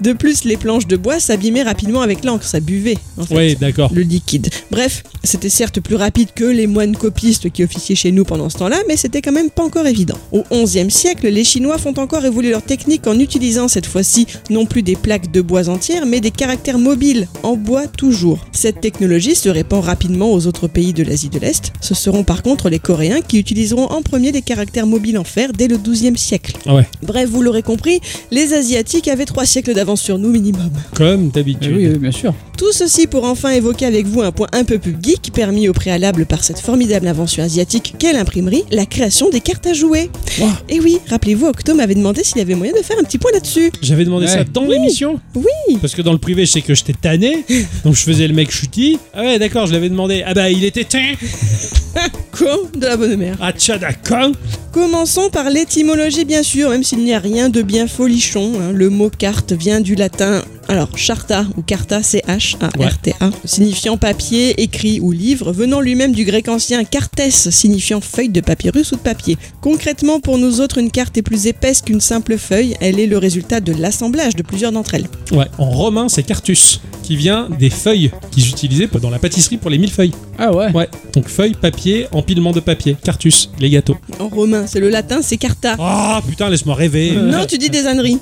S3: De plus, les planches de bois s'abîmaient rapidement avec l'encre, ça buvait en fait.
S1: Ouais, d'accord.
S3: Le liquide. Bref, c'était certes plus rapide que les moines copistes qui officiaient chez nous pendant ce temps-là, mais c'était quand même pas encore évident. Au XIe siècle, les Chinois font encore évoluer leur technique en utilisant cette fois-ci non plus des plaques de bois entières, mais des caractères mobiles, en bois toujours. Cette technologie se répand rapidement aux autres pays de l'Asie de l'Est. Ce seront par contre les Coréens qui utiliseront en premier des caractères mobiles en fer dès le XIIe siècle.
S1: Ah ouais.
S3: Bref, vous l'aurez compris, les Asiatiques avaient trois siècles d'avance sur nous minimum.
S1: Comme
S2: Eh
S1: d'habitude.
S2: oui, oui, bien sûr.
S3: Tout ceci pour enfin évoquer avec vous un point un peu plus geek permis au préalable par cette formidable invention asiatique qu'est l'imprimerie, la création des cartes à jouer.
S2: Wow.
S3: Et oui, rappelez-vous, Octo m'avait demandé s'il y avait moyen de faire un petit point là-dessus.
S1: J'avais demandé
S2: Ouais.
S1: ça dans l'émission
S3: Oui.
S1: Parce que dans le privé, je sais que j'étais tanné, donc je faisais le mec chuti. Ah ouais, d'accord, je l'avais demandé. Ah bah, il était teint
S3: Quoi De la bonne mère.
S1: Ah tcha d'accord
S3: Commençons par l'étymologie, bien sûr, même s'il n'y a rien de bien folichon. hein. Le mot carte vient du latin. Alors, charta ou carta, C-H-A-R-T-A, signifiant papier, écrit ou livre, venant lui-même du grec ancien cartes, signifiant feuille de papyrus ou de papier. Concrètement, pour nous autres, une carte est plus épaisse qu'une simple feuille. Elle est le résultat de l'assemblage de plusieurs d'entre elles.
S1: Ouais, en romain, c'est cartus, qui vient des feuilles qu'ils utilisaient dans la pâtisserie pour les mille feuilles.
S2: Ah ouais.
S1: Ouais, donc feuilles, papier, empilement de papier, cartus, les gâteaux.
S3: En romain, c'est le latin, c'est carta.
S1: Ah putain, laisse-moi rêver
S3: Euh. Non, tu dis des âneries.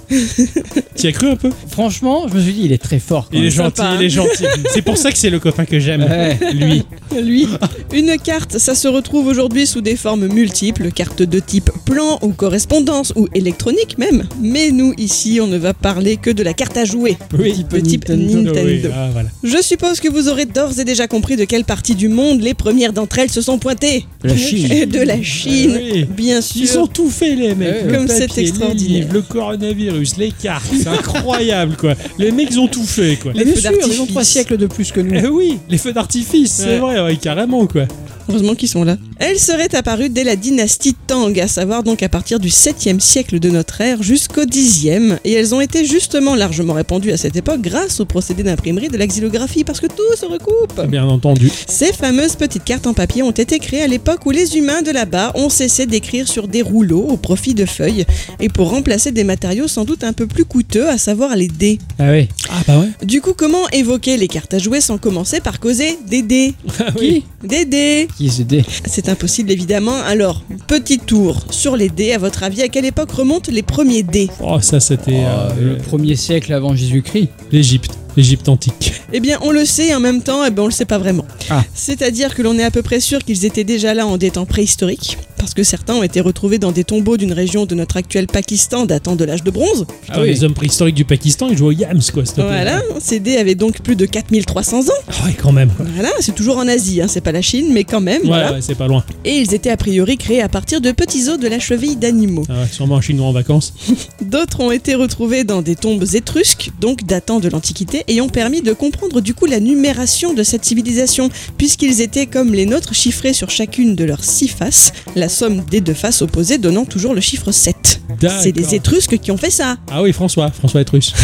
S1: T'y as cru un peu
S2: Franchement, je me suis dit, il est très fort. quand
S1: Il est
S2: même.
S1: gentil,
S3: sympa, hein. Euh.
S1: il est gentil. C'est pour ça que c'est le copain que j'aime.
S2: Ouais.
S1: Lui.
S3: Lui. Une carte, ça se retrouve aujourd'hui sous des formes multiples, cartes de type plan ou correspondance ou électronique même. Mais nous, ici, on ne va parler que de la carte à jouer.
S1: Oui.
S3: Le type Nintendo.
S1: Oui, ah, voilà.
S3: Je suppose que vous aurez d'ores et déjà compris de quelle partie du monde les premières d'entre elles se sont pointées.
S2: La Chine.
S3: de la Chine,
S1: Ah, Oui.
S3: bien sûr.
S1: Ils ont tout fait les mecs.
S2: Ouais,
S1: Le
S3: comme c'est
S1: papier, les
S3: extraordinaire.
S1: livres, le coronavirus, les cartes, c'est incroyable quoi. Les mecs ils ont tout fait quoi.
S3: Les
S2: Bien
S3: feux
S2: sûr, Ils ont
S3: d'artifice.
S2: trois siècles de plus que nous.
S1: Eh oui, les feux d'artifice, c'est
S2: Ouais.
S1: vrai, ouais, carrément quoi.
S3: Heureusement qu'ils sont là. Elle serait apparue dès la dynastie Tang, à savoir donc à partir du 7e siècle de notre ère jusqu'au 10e, et elles ont été justement largement répandues à cette époque grâce au procédé d'imprimerie de la xylographie, parce que tout se recoupe.
S1: Bien entendu.
S3: Ces fameuses petites cartes en papier ont été créées à l'époque où les humains de là-bas ont cessé d'écrire sur des rouleaux au profit de feuilles, et pour remplacer des matériaux sans doute un peu plus coûteux, à savoir les dés.
S2: Ah oui.
S1: Ah bah ouais.
S3: Du coup, comment évoquer les cartes à jouer sans commencer par causer des dés
S1: Ah oui.
S3: Des dés
S2: Qui se dé.
S3: c'est impossible évidemment. Alors, petit tour sur les dés. À votre avis, à quelle époque remontent les premiers dés
S1: Oh ça c'était euh,
S2: le premier siècle avant Jésus-Christ.
S1: l'Égypte, l'Égypte antique.
S3: Eh bien, on le sait et en même temps, eh ben, on le sait pas vraiment.
S2: Ah.
S3: C'est-à-dire que l'on est à peu près sûr qu'ils étaient déjà là en des temps préhistoriques, parce que certains ont été retrouvés dans des tombeaux d'une région de notre actuel Pakistan datant de l'âge de bronze.
S1: Putain,
S2: oui.
S1: Les hommes préhistoriques du Pakistan, ils jouent au yams, quoi, s'il te plaît.
S3: Voilà, CD avait donc plus de 4300 ans.
S1: Ah ouais, quand même. quoi.
S3: Voilà, c'est toujours en Asie, hein, c'est pas la Chine, mais quand même.
S1: Ouais,
S3: voilà.
S1: ouais, c'est pas loin.
S3: Et ils étaient a priori créés à partir de petits os de la cheville d'animaux.
S1: Ah ouais, sûrement un chinois en vacances.
S3: D'autres ont été retrouvés dans des tombes étrusques, donc datant de l'Antiquité, et ont permis de comprendre du coup la numération de cette civilisation, puisqu'ils étaient comme les nôtres chiffrés sur chacune de leurs six faces, la somme des deux faces opposées donnant toujours le chiffre 7. C'est
S1: D'accord.
S3: les Étrusques qui ont fait ça.
S1: Ah oui, François, François est russe.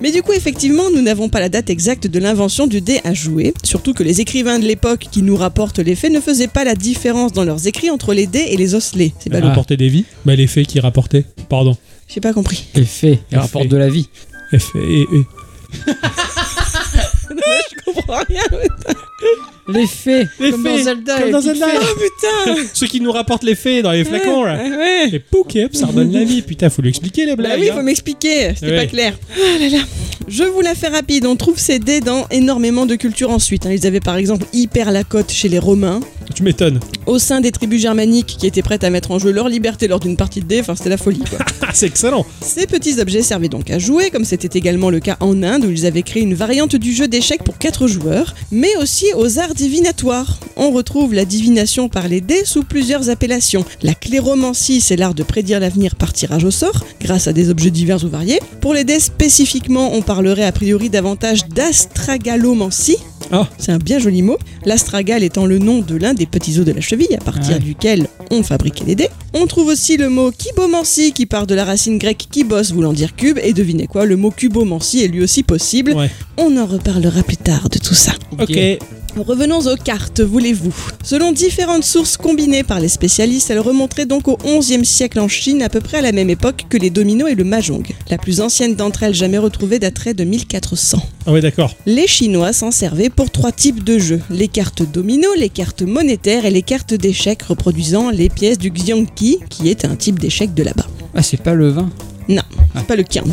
S3: Mais du coup, effectivement, nous n'avons pas la date exacte de l'invention du dé à jouer, surtout que les écrivains de l'époque qui nous rapportent les faits ne faisaient pas la différence dans leurs écrits entre les dés et les osselets. C'est
S1: Elle
S3: ballot.
S1: rapportait des vies, mais Ah. Bah, les fées qui rapportaient. Pardon.
S3: J'ai pas compris.
S2: Les faits,
S1: Les
S2: les rapports
S1: faits.
S2: de la vie.
S1: F et E.
S3: Je comprends rien.
S2: Les faits,
S1: Les
S2: comme
S1: faits,
S2: dans Zelda.
S1: comme
S2: les
S1: dans
S2: petites
S1: Zelda.
S2: fées.
S3: Putain.
S1: Ceux qui nous rapportent les fées dans les flacons, là.
S3: Ouais, ouais.
S1: Et pouc, et hop, ça redonne la vie. Putain, faut lui expliquer les
S3: Bah
S1: blagues.
S3: oui,
S1: hein.
S3: faut m'expliquer, c'était
S1: Ouais.
S3: pas clair. Ah là là. Je vous la fais rapide, on trouve ces dés dans énormément de cultures ensuite. hein. Ils avaient par exemple hyper la cote chez les Romains,
S1: Tu m'étonnes.
S3: au sein des tribus germaniques qui étaient prêtes à mettre en jeu leur liberté lors d'une partie de dés, enfin c'était la folie quoi.
S1: Ah, c'est excellent.
S3: Ces petits objets servaient donc à jouer, comme c'était également le cas en Inde où ils avaient créé une variante du jeu d'échecs pour 4 joueurs, mais aussi aux arts divinatoires. On retrouve la divination par les dés sous plusieurs appellations. La cléromancie, c'est l'art de prédire l'avenir par tirage au sort, grâce à des objets divers ou variés. Pour les dés spécifiquement, on parlerait a priori davantage d'astragalomancie.
S1: Ah.
S3: C'est un bien joli mot. L'astragale étant le nom de l'un des petits os de la cheville à partir
S2: Ouais.
S3: duquel on fabriquait les dés. On trouve aussi le mot kibomancie qui part de la racine grecque kibos voulant dire cube et devinez quoi, le mot cubomancie est lui aussi possible.
S1: Ouais.
S3: On en reparlera plus tard de tout ça.
S1: Ok.
S3: Revenons aux cartes, voulez-vous Selon différentes sources combinées par les spécialistes, elles remonteraient donc au XIe siècle en Chine, à peu près à la même époque que les dominos et le mahjong. La plus ancienne d'entre elles jamais retrouvée daterait de 1400.
S1: Ah ouais, d'accord.
S3: Les Chinois s'en servaient pour trois types de jeux les cartes domino, les cartes monétaires et les cartes d'échecs reproduisant les pièces du Xiangqi, qui est un type d'échec de là-bas.
S2: Ah, c'est pas le vin.
S3: C'est Pas le Qiang.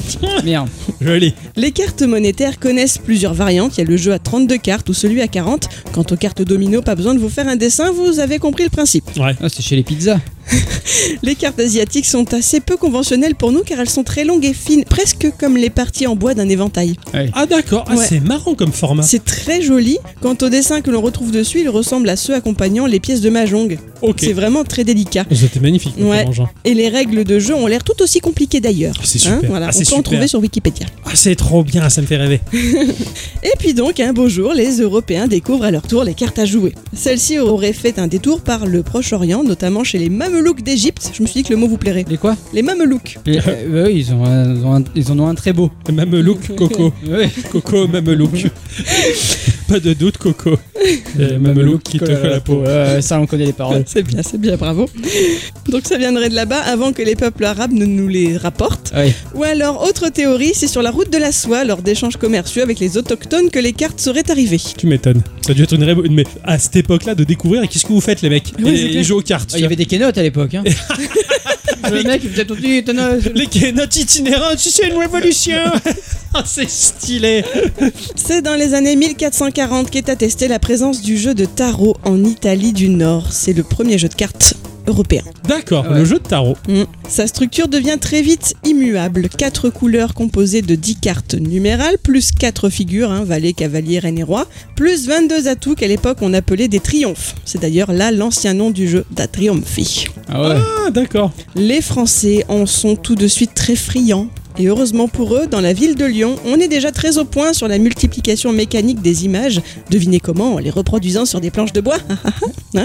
S2: Merde.
S1: Joli.
S3: Les cartes monétaires connaissent plusieurs variantes. Il y a le jeu à 32 cartes ou celui à 40. Quant aux cartes domino, pas besoin de vous faire un dessin, vous avez compris le principe.
S1: Ouais.
S2: Ah, c'est chez les pizzas.
S3: Les cartes asiatiques sont assez peu conventionnelles pour nous car elles sont très longues et fines, presque comme les parties en bois d'un éventail.
S1: Ah d'accord. Ah,
S3: Ouais.
S1: c'est marrant comme format.
S3: C'est très joli. Quant au dessin que l'on retrouve dessus, il ressemble à ceux accompagnant les pièces de mahjong.
S1: Ok.
S3: C'est vraiment très délicat.
S1: C'était magnifique. comme
S3: Ouais.
S1: mélange, hein.
S3: Et les règles de jeu ont l'air tout aussi compliquées d'ailleurs. Hein,
S1: C'est super.
S3: voilà,
S1: Ah,
S3: on
S1: c'est
S3: peut en
S1: super.
S3: trouver sur Wikipédia.
S1: Ah, c'est trop bien. Ça me fait rêver.
S3: Et puis donc, un beau jour, les Européens découvrent à leur tour les cartes à jouer. Celles-ci auraient fait un détour par le Proche-Orient, notamment chez les Mamelouks d'Égypte. Je me suis dit que le mot vous plairait.
S2: Les quoi
S3: Les Mamelouks.
S2: les, euh, bah oui, ils, ont un- ils ont un- ils en ont un très beau.
S1: Mamelouk, Coco.
S2: Ouais.
S1: Coco, Mamelouk. Pas de doute, Coco. Euh, Mamelouk qui te
S2: colle à
S1: colle la peau.
S2: Euh, ça, on connaît les paroles.
S3: C'est bien, c'est bien, bravo. Donc ça viendrait de là-bas avant que les peuples arabes ne nous les rapportent.
S2: Ouais.
S3: Ou alors, autre théorie, c'est sur la route de la soie, lors d'échanges commerciaux avec les autochtones, que les cartes seraient arrivées.
S1: Tu m'étonnes. Ça a dû être une rêve. Mais à cette époque-là, de découvrir, et qu'est-ce que vous faites, les mecs
S3: Ouais, c'est
S1: les,
S3: clair.
S1: jeux aux cartes.
S2: Ah, Il y avait des kénotes à l'époque. Hein. le mec, il faisait tout de suite. non, c'est-
S1: Les notes itinérantes, c'est une révolution Ah, C'est stylé
S3: C'est dans les années 1440 qu'est attestée la présence du jeu de tarot en Italie du Nord. C'est le premier jeu de cartes européen.
S1: D'accord,
S2: Ouais.
S1: le jeu de tarot.
S3: Hmm. Sa structure devient très vite immuable. Quatre couleurs composées de 10 cartes numérales, plus quatre figures, hein, valet, cavalier, reine et roi, plus 22 atouts qu'à l'époque on appelait des triomphes. C'est d'ailleurs là l'ancien nom du jeu, da triomphi.
S2: Ah ouais.
S1: Ah, d'accord.
S3: Les Français en sont tout de suite très friands. Et heureusement pour eux, dans la ville de Lyon, on est déjà très au point sur la multiplication mécanique des images. Devinez comment En les reproduisant sur des planches de bois. hein,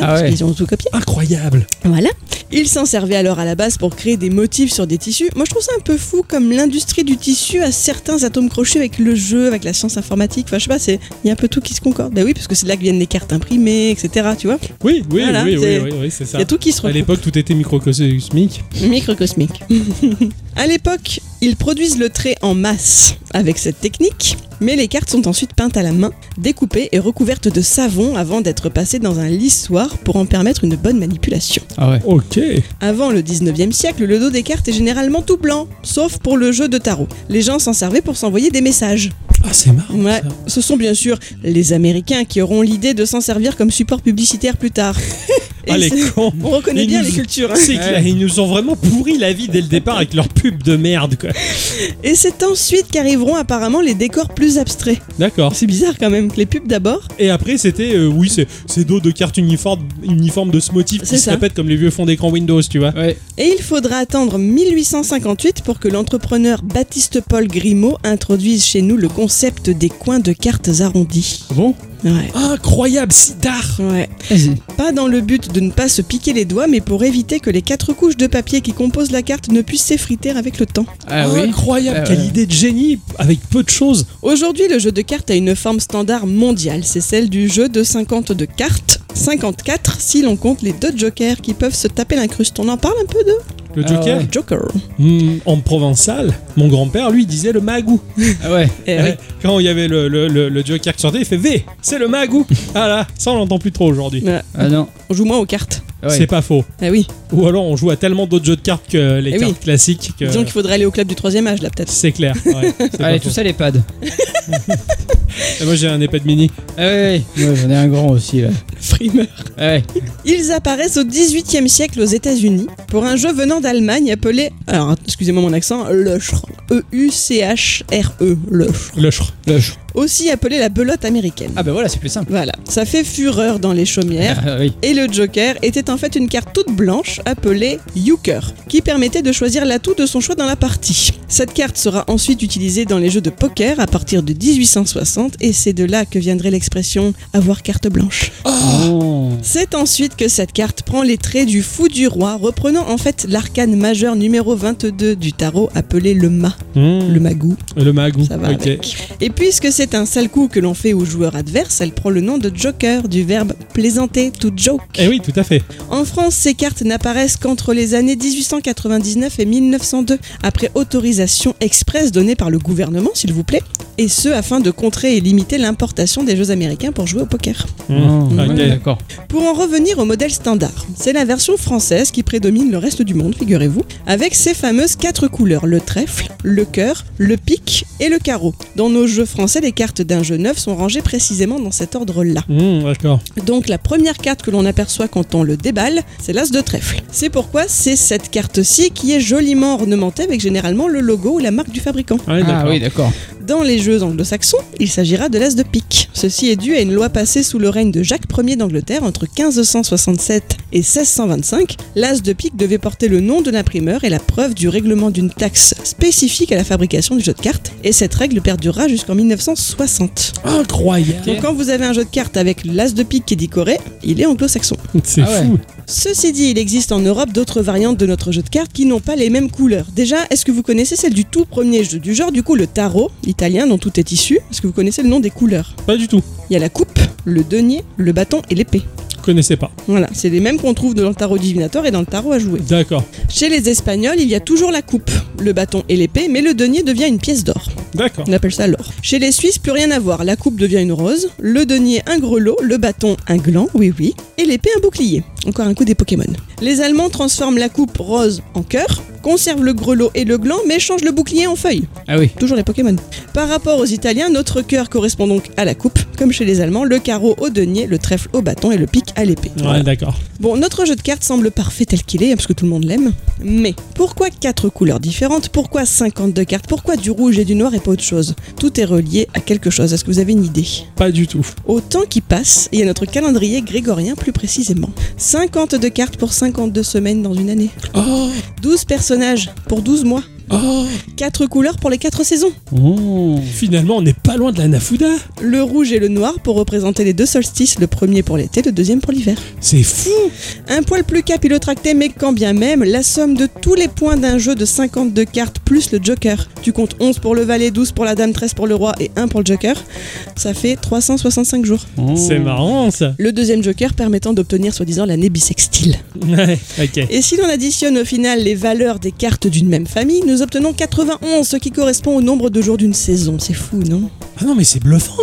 S3: parce
S2: ouais.
S3: qu'ils ont tout copié.
S1: Incroyable
S3: Voilà. Ils s'en servaient alors à la base pour créer des motifs sur des tissus. Moi, je trouve ça un peu fou comme l'industrie du tissu a certains atomes crochus avec le jeu, avec la science informatique. Enfin, je sais pas, c'est il y a un peu tout qui se concorde. Bah oui, parce que c'est de là que viennent les cartes imprimées, etc. Tu vois
S1: Oui, oui,
S3: Voilà,
S1: oui, oui,
S3: c'est-
S1: oui, oui, c'est ça.
S3: Il y a tout qui se
S1: À
S3: recoupe.
S1: l'époque, tout était microcosmique.
S3: Microcosmique. à l'époque, ils produisent le trait en masse avec cette technique, mais les cartes sont ensuite peintes à la main, découpées et recouvertes de savon avant d'être passées dans un lissoir pour en permettre une bonne manipulation.
S2: Ah ouais.
S1: Ok.
S3: Avant le 19e siècle, le dos des cartes est généralement tout blanc, sauf pour le jeu de tarot. Les gens s'en servaient pour s'envoyer des messages.
S1: Ah, c'est marrant.
S3: Ouais,
S1: ça.
S3: ce sont bien sûr les Américains qui auront l'idée de s'en servir comme support publicitaire plus tard.
S1: Ah, les
S3: c'est-
S1: cons
S3: On reconnaît
S1: Ils
S3: bien
S1: nous-
S3: les cultures. hein.
S1: C'est clair, ils nous ont vraiment pourri la vie dès le départ avec leur pub de merde, quoi.
S3: Et c'est ensuite qu'arriveront apparemment les décors plus abstraits.
S1: D'accord.
S3: C'est bizarre quand même, que les pubs d'abord.
S1: Et après, c'était, euh, oui, c'est c'est dos de cartes uniformes uniforme de ce motif
S3: C'est
S1: qui se
S3: ça.
S1: répète comme les vieux fonds d'écran Windows, tu vois.
S2: Ouais.
S3: Et il faudra attendre 1858 pour que l'entrepreneur Baptiste-Paul Grimaud introduise chez nous le concept des coins de cartes arrondies.
S2: Bon
S3: Ouais.
S1: Incroyable, si tard
S3: Ouais.
S2: Vas-y.
S3: Pas dans le but de ne pas se piquer les doigts, mais pour éviter que les quatre couches de papier qui composent la carte ne puissent s'effriter avec le temps.
S2: Ah oui.
S1: Incroyable,
S2: Ah
S1: quelle
S2: ouais.
S1: idée de génie avec peu de choses.
S3: Aujourd'hui, le jeu de cartes a une forme standard mondiale. C'est celle du jeu de 52 cartes. 54 si l'on compte les deux jokers qui peuvent se taper l'incruste. On en parle un peu de
S1: Le
S2: Ah
S1: Joker,
S2: ouais.
S3: Joker.
S1: hmm, en provençal, mon grand-père lui disait le magou.
S2: Ah ouais.
S3: Eh
S1: Eh
S3: oui.
S1: ouais, Quand il y avait le, le, le- le Joker qui sortait, il fait V, c'est le magou. ah là, ça on l'entend plus trop aujourd'hui.
S3: Voilà.
S2: Ah non.
S3: On joue moins aux cartes.
S2: Ah ouais.
S1: C'est pas faux.
S3: Ah oui.
S1: Ou alors on joue à tellement d'autres jeux de cartes que les
S3: Eh oui.
S1: cartes classiques que.
S3: Disons qu'il faudrait aller au club du troisième âge là peut-être.
S1: C'est clair. ouais, c'est pas
S2: Allez,
S1: faux.
S2: tout ça, les pads.
S1: Et moi j'ai un épée de mini.
S2: Ah ouais, ouais. Ouais, j'en ai un grand aussi, là.
S3: Frimeur.
S2: Ah ouais.
S3: Ils apparaissent au XVIIIe siècle aux États-Unis pour un jeu venant d'Allemagne appelé, alors excusez-moi mon accent, E Löcher. E-U-C-H-R-E, Löcher.
S1: Le chr-
S2: Le ch-
S3: E, Aussi appelé la belote américaine.
S2: Ah bah voilà, c'est plus simple.
S3: Voilà, ça fait fureur dans les chaumières.
S2: Ah oui.
S3: Et le Joker était en fait une carte toute blanche appelée Euchre, qui permettait de choisir l'atout de son choix dans la partie. Cette carte sera ensuite utilisée dans les jeux de poker à partir de 1860 et c'est de là que viendrait l'expression avoir carte blanche.
S2: Oh.
S3: C'est ensuite que cette carte prend les traits du fou du roi, reprenant en fait l'arcane majeur numéro 22 du tarot appelé le ma,
S1: Hmm,
S3: le magou.
S1: le... magou.
S3: Ça va
S1: ok.
S3: avec. Et puisque c'est un sale coup que l'on fait au joueur adverse, elle prend le nom de joker, du verbe plaisanter, to joke.
S1: Eh oui, tout à fait.
S3: En France, ces cartes n'apparaissent qu'entre les années 1899 et 1902, après autorisation express donnée par le gouvernement, s'il vous plaît, et ce afin de contrer et limiter l'importation des jeux américains pour jouer au poker.
S1: Hmm,
S2: Oh,
S1: ok.
S2: ouais, D'accord.
S3: Pour en revenir au modèle standard, c'est la version française qui prédomine le reste du monde, figurez-vous, avec ses fameuses quatre couleurs, le trèfle, le cœur, le pic et le carreau. Dans nos jeux français, les cartes d'un jeu neuf sont rangées précisément dans cet ordre-là.
S1: Hmm, D'accord.
S3: Donc la première carte que l'on aperçoit quand on le déballe, c'est l'as de trèfle. C'est pourquoi c'est cette carte-ci qui est joliment ornementée avec généralement le logo ou la marque du fabricant.
S1: Ah, oui,
S2: Ah
S1: d'accord.
S2: oui, d'accord.
S3: Dans les jeux anglo-saxons, il s'agira de l'as de pique. Ceci est dû à une loi passée sous le règne de Jacques Ier d'Angleterre entre 1567 et 1625. L'as de pique devait porter le nom de l'imprimeur et la preuve du règlement d'une taxe spécifique à la fabrication du jeu de cartes, et cette règle perdurera jusqu'en 1960.
S1: Incroyable.
S3: Donc quand vous avez un jeu de cartes avec l'as de pique qui est décoré, il est anglo-saxon.
S1: C'est
S2: Ah ouais.
S1: fou.
S3: Ceci dit, il existe en Europe d'autres variantes de notre jeu de cartes qui n'ont pas les mêmes couleurs. Déjà, est-ce que vous connaissez celle du tout premier jeu du genre, du coup le tarot italien dont tout est issu Est-ce que vous connaissez le nom des couleurs
S1: Pas du tout.
S3: Il y a la coupe, le denier, le bâton et l'épée.
S1: Je connaissais pas.
S3: Voilà, c'est les mêmes qu'on trouve dans le tarot divinatoire et dans le tarot à jouer.
S1: D'accord.
S3: Chez les Espagnols, il y a toujours la coupe, le bâton et l'épée, mais le denier devient une pièce d'or.
S1: D'accord.
S3: On appelle ça l'or. Chez les Suisses, plus rien à voir. La coupe devient une rose, le denier un grelot, le bâton un gland, oui oui, et l'épée un bouclier. Encore un coup des Pokémon. Les Allemands transforment la coupe rose en cœur, conservent le grelot et le gland, mais changent le bouclier en feuille.
S2: Ah oui.
S3: Toujours les Pokémon. Par rapport aux Italiens, notre cœur correspond donc à la coupe, comme chez les Allemands, le carreau au denier, le trèfle au bâton et le pic à l'épée.
S1: Ouais, d'accord.
S3: Bon, notre jeu de cartes semble parfait tel qu'il est, hein, parce que tout le monde l'aime. Mais pourquoi quatre couleurs différentes Pourquoi 52 cartes Pourquoi du rouge et du noir et pas autre chose Tout est relié à quelque chose. Est-ce que vous avez une idée
S1: Pas du tout.
S3: Au temps qui passe, et à notre calendrier grégorien plus précisément. 52 cartes pour 52 semaines dans une année.
S1: Oh,
S3: 12 personnages pour 12 mois.
S1: oh.
S3: 4 couleurs pour les 4 saisons.
S2: Oh.
S1: Finalement, on n'est pas loin de la Nafuda.
S3: Le rouge et le noir pour représenter les deux solstices, le premier pour l'été, le deuxième pour l'hiver.
S1: C'est fou.
S3: Un poil plus capillotracté, mais quand bien même, la somme de tous les points d'un jeu de 52 cartes plus le joker. Tu comptes 11 pour le valet, 12 pour la dame, 13 pour le roi et 1 pour le joker. Ça fait 365 jours.
S2: Oh.
S1: C'est marrant ça.
S3: Le deuxième joker permettant d'obtenir soi-disant l'année bissextile.
S1: Ouais, ok.
S3: Et si l'on additionne au final les valeurs des cartes d'une même famille, nous obtenons 91, ce qui correspond au nombre de jours d'une saison. C'est fou, non
S1: Ah non, mais c'est bluffant.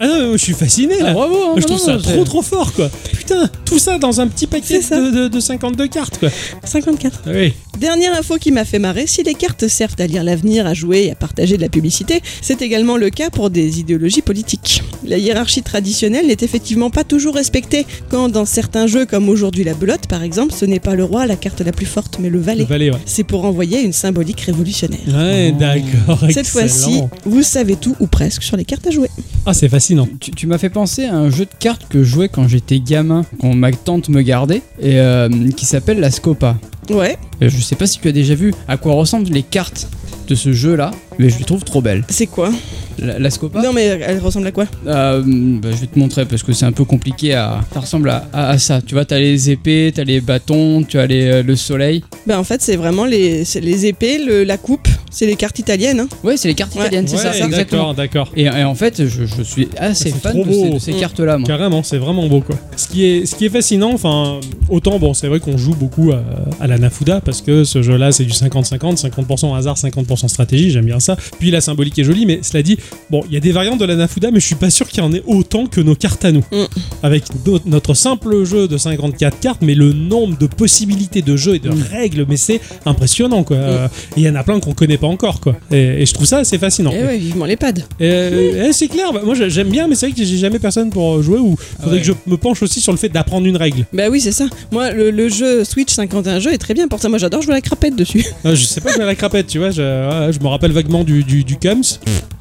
S1: Ah non, mais moi, je suis fasciné
S2: Ah,
S1: là.
S2: bravo, hein,
S1: je
S2: non,
S1: trouve ça
S2: non, c'est-
S1: trop trop fort quoi. Putain, tout ça dans un petit paquet
S3: C'est ça.
S1: de, de- de 52 cartes quoi.
S3: 54.
S1: Ah oui.
S3: Dernière info qui m'a fait marrer, si les cartes servent à lire l'avenir, à jouer et à partager de la publicité, c'est également le cas pour des idéologies politiques. La hiérarchie traditionnelle n'est effectivement pas toujours respectée, quand dans certains jeux comme aujourd'hui la belote par exemple, ce n'est pas le roi la carte la plus forte mais le valet.
S1: Le valet, ouais.
S3: C'est pour envoyer une symbolique révolutionnaire.
S1: Ouais,
S2: Oh.
S1: d'accord.
S3: Cette fois-ci,
S1: excellent.
S3: vous savez tout ou presque sur les cartes à jouer.
S1: Ah, c'est fascinant.
S2: Tu, tu m'as fait penser à un jeu de cartes que je jouais quand j'étais gamin, quand ma tante me gardait, et euh, qui s'appelle la Scopa.
S3: Ouais,
S2: Euh, Je sais pas si tu as déjà vu à quoi ressemblent les cartes de ce jeu-là, mais je les trouve trop belles.
S3: c'est quoi
S2: La, la Scopa
S3: Non mais elle ressemble à quoi
S2: Euh, bah, je vais te montrer parce que c'est un peu compliqué à. Ça ressemble à, à- à ça. Tu vois, t'as les épées, t'as les bâtons, tu as les, euh, le soleil.
S3: Ben en fait c'est vraiment les, c'est les épées, le- la coupe, c'est les cartes italiennes. hein.
S2: Ouais, c'est les cartes
S3: Ouais.
S2: italiennes, c'est
S1: Ouais,
S2: ça, c'est exactement.
S1: D'accord, d'accord.
S2: Et, et en fait, je, je suis assez
S1: C'est
S2: fan
S1: trop
S2: de ces,
S1: beau.
S2: de ces
S3: Mm.
S2: cartes-là, moi.
S1: Carrément, c'est vraiment beau quoi. Ce qui est, ce qui est fascinant, enfin, autant bon, c'est vrai qu'on joue beaucoup à, à la Nafuda parce que ce jeu-là c'est du 50-50, 50% hasard, 50% stratégie, j'aime bien ça. Puis la symbolique est jolie, mais cela dit, bon, il y a des variantes de la Nafuda, mais je suis pas sûr qu'il y en ait autant que nos cartes à nous.
S3: Mm.
S1: Avec d'autres- notre simple jeu de 54 cartes, mais le nombre de possibilités de jeu et de
S2: Mm.
S1: règles, mais c'est impressionnant quoi.
S3: Mm.
S1: Euh, Et il y en a plein qu'on connaît pas encore quoi. Et, et je trouve ça assez fascinant.
S3: Eh ouais, vivement les pads.
S1: Euh, eh, c'est clair, bah, moi j'a- j'aime bien, mais c'est vrai que j'ai jamais personne pour euh, jouer ou faudrait
S2: ouais.
S1: que je me penche aussi sur le fait d'apprendre une règle.
S3: Bah oui, c'est ça. Moi, le, le jeu Switch 51 jeu est très bien pour ça. Moi, j'adore jouer à la crapette dessus.
S1: Euh, je sais pas jouer à la crapette, tu vois, je, ouais, je me rappelle vaguement du, du, du Cums.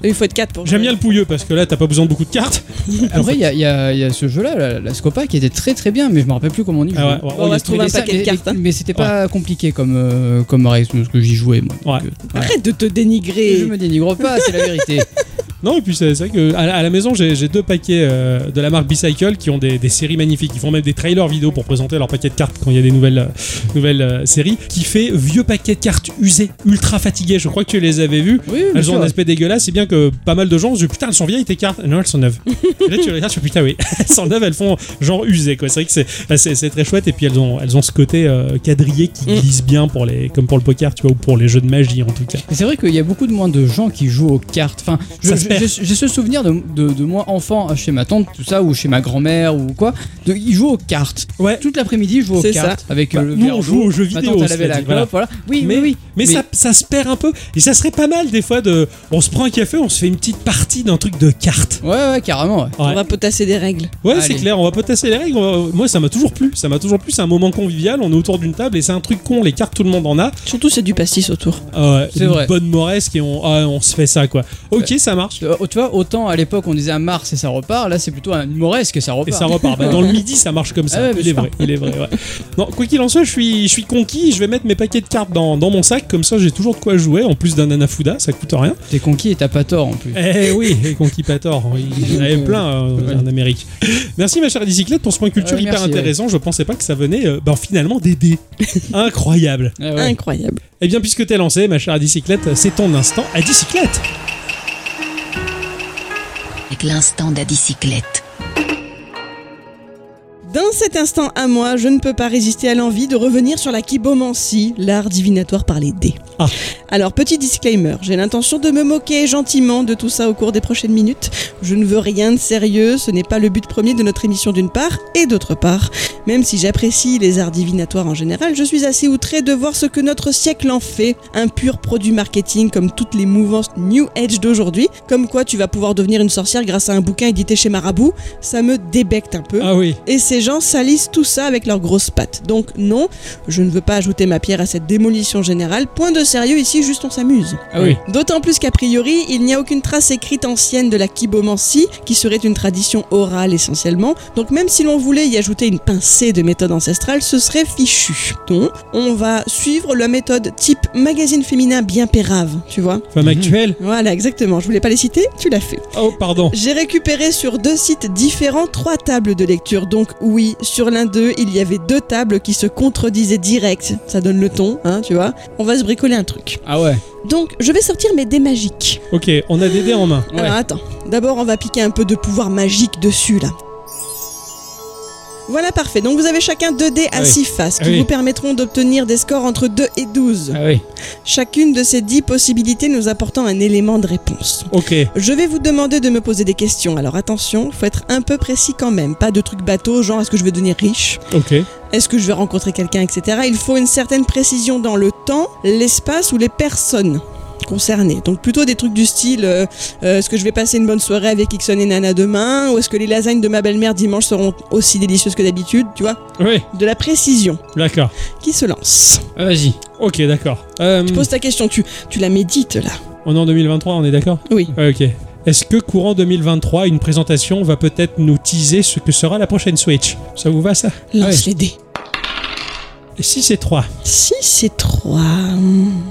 S3: Et Il faut être 4 pour
S1: J'aime bien
S3: jouer.
S1: le pouilleux parce que là t'as pas besoin de beaucoup de cartes.
S2: Après, il y a, il y a- il y a ce jeu-là, la, la Scopa, qui était très très bien, mais je me rappelle plus comment on y jouait.
S1: Ah ouais, ouais,
S3: On
S1: ouais,
S3: va se trouver
S2: Mais
S3: un
S2: ça-
S3: paquet de
S2: mais-
S3: cartes. hein.
S2: Mais c'était pas compliqué comme, euh, comme Marais, parce que j'y jouais, moi. Donc,
S1: Ouais.
S2: euh, ouais.
S3: Arrête de te
S2: Je
S3: dénigrer.
S2: me dénigre pas, c'est la vérité.
S1: Non, et puis c'est c'est vrai que à, la- à la maison j'ai j'ai deux paquets euh, de la marque Bicycle qui ont des, des séries magnifiques. Ils font même des trailers vidéo pour présenter leur paquet de cartes quand il y a des nouvelles, euh, nouvelles euh, séries. Qui fait vieux paquet de cartes usés, ultra fatigués. Je crois que tu les avais vus.
S2: Oui, bien
S1: Elles ont
S2: sûr.
S1: un aspect dégueulasse, c'est bien que pas mal de gens se disent putain, elles sont vieilles tes cartes. Non, elles sont neuves. et là, tu les regardes, tu fais putain, oui, elles sont neuves, elles font genre usées quoi. C'est vrai que c'est- bah, c'est c'est très chouette. Et puis elles ont, elles ont ce côté euh, quadrillé qui
S3: Mm.
S1: glisse bien pour les, comme pour le poker, tu vois, ou pour les jeux de magie en tout cas.
S2: Mais c'est vrai qu'il y a beaucoup de moins de gens qui jouent aux cartes. Enfin, je-
S1: Ça se
S2: je-
S1: perd.
S2: je- j'ai ce souvenir de, de, de moi enfant chez ma tante, tout ça, ou chez ma grand-mère ou quoi. De, ils jouent aux cartes.
S1: Ouais.
S2: Toute l'après-midi, ils jouent aux
S3: C'est
S2: cartes avec
S1: Bah,
S2: euh, le
S1: nous,
S2: verre
S1: on joue
S2: d'eau.
S1: aux jeux
S2: Ma
S1: vidéo,
S2: tante, elle avait
S1: cela
S2: la
S1: dit, voilà.
S2: clope, voilà. Oui,
S1: Mais-
S2: oui, oui.
S1: Mais, Ça, ça se perd un peu. Et ça serait pas mal des fois de. On se prend un café, on se fait une petite partie d'un truc de cartes.
S2: Ouais, ouais, carrément. ouais.
S3: On va potasser des règles.
S1: Ouais, c'est
S2: Allez.
S1: clair, on va pas tasser les règles. on va- Moi, ça m'a toujours plu. Ça m'a toujours plu. C'est un moment convivial. On est autour d'une table et c'est un truc con. Les cartes, tout le monde en a.
S3: Surtout, c'est du pastis autour.
S1: Ah ouais,
S2: C'est
S1: une
S2: vrai.
S1: bonne moresque et on, ah, on se fait ça quoi. Ok, ça marche.
S2: Euh, Tu vois, autant à l'époque on disait un Mars et ça repart, là c'est plutôt un humoresque et ça repart.
S1: Et ça repart. Bah, dans le midi, ça marche comme ça.
S2: Ah ouais,
S1: il
S2: bien
S1: est
S2: sûr.
S1: vrai, il est vrai. ouais. Non, quoi qu'il en soit, je suis, je suis conquis. Je vais mettre mes paquets de cartes dans, dans mon sac. Comme ça, j'ai toujours de quoi jouer. En plus d'un Anafuda, ça coûte rien.
S2: T'es conquis et t'as pas tort en plus.
S1: Eh oui, et conquis pas tort. Il y en avait plein euh,
S2: Ouais.
S1: en Amérique. Merci, ma chère bicyclette, pour ce point culture
S2: Ouais,
S1: hyper
S2: Euh, merci,
S1: intéressant. Je pensais pas que ça venait euh, ben, finalement des dés. Incroyable.
S2: Ouais, ouais.
S3: Incroyable.
S1: Eh bien, puisque t'es lancé, ma chère bicyclette, c'est ton instant à bicyclette.
S6: Avec l'instant d'Adicyclette.
S3: Dans cet instant à moi, je ne peux pas résister à l'envie de revenir sur la kibomancie, l'art divinatoire par les dés.
S1: Ah.
S3: Alors, petit disclaimer, j'ai l'intention de me moquer gentiment de tout ça au cours des prochaines minutes. Je ne veux rien de sérieux, ce n'est pas le but premier de notre émission d'une part, et d'autre part, même si j'apprécie les arts divinatoires en général, je suis assez outré de voir ce que notre siècle en fait, un pur produit marketing comme toutes les mouvances New Age d'aujourd'hui, comme quoi tu vas pouvoir devenir une sorcière grâce à un bouquin édité chez Marabout, ça me débecte un peu.
S1: Ah oui.
S3: Et ces gens salissent tout ça avec leurs grosses pattes. Donc non, je ne veux pas ajouter ma pierre à cette démolition générale. Point de sérieux ici, juste on s'amuse.
S2: Ah oui.
S3: D'autant plus qu'a priori, il n'y a aucune trace écrite ancienne de la kibomancie, qui serait une tradition orale essentiellement. Donc même si l'on voulait y ajouter une pincée de méthode ancestrale, ce serait fichu. Donc on va suivre la méthode type magazine féminin bien pérave, tu vois.
S1: Femme
S2: Mhm.
S1: actuelle.
S3: Voilà, exactement. Je voulais pas les citer, tu l'as fait.
S1: Oh, pardon.
S3: J'ai récupéré sur deux sites différents trois tables de lecture. Donc oui, sur l'un d'eux, il y avait deux tables qui se contredisaient direct. Ça donne le ton, hein, tu vois. On va se bricoler un truc.
S2: Ah ouais.
S3: Donc, je vais sortir mes dés magiques.
S1: Ok, on a des dés en main.
S2: Ouais.
S3: Alors attends. D'abord, on va piquer un peu de pouvoir magique dessus là. Voilà, parfait. Donc vous avez chacun deux dés
S1: Ah
S3: à
S1: oui.
S3: six faces qui
S1: Ah oui.
S3: vous permettront d'obtenir des scores entre 2 et 12.
S2: Ah oui.
S3: Chacune de ces dix possibilités nous apportant un élément de réponse.
S1: Ok.
S3: Je vais vous demander de me poser des questions, alors attention, faut être un peu précis quand même, pas de trucs bateaux, genre est-ce que je veux devenir riche
S1: Ok.
S3: est-ce que je vais rencontrer quelqu'un, etc. Il faut une certaine précision dans le temps, l'espace ou les personnes concernées. Donc plutôt des trucs du style euh, euh, est-ce que je vais passer une bonne soirée avec Ixon et Nana demain ou est-ce que les lasagnes de ma belle-mère dimanche seront aussi délicieuses que d'habitude, tu vois
S1: Oui,
S3: De la précision
S1: d'accord.
S3: qui se lance.
S2: Ah, Vas-y.
S1: Ok, d'accord. Euh,
S3: Pose ta question, tu, tu la médites là.
S1: on est en 2023, on est d'accord
S3: Oui.
S1: Ouais, Ok. Est-ce que courant 2023, une présentation va peut-être nous teaser ce que sera la prochaine Switch Ça vous va ça
S3: Lance
S1: Ouais.
S3: les dés.
S1: Si c'est 3,
S3: Si c'est 3.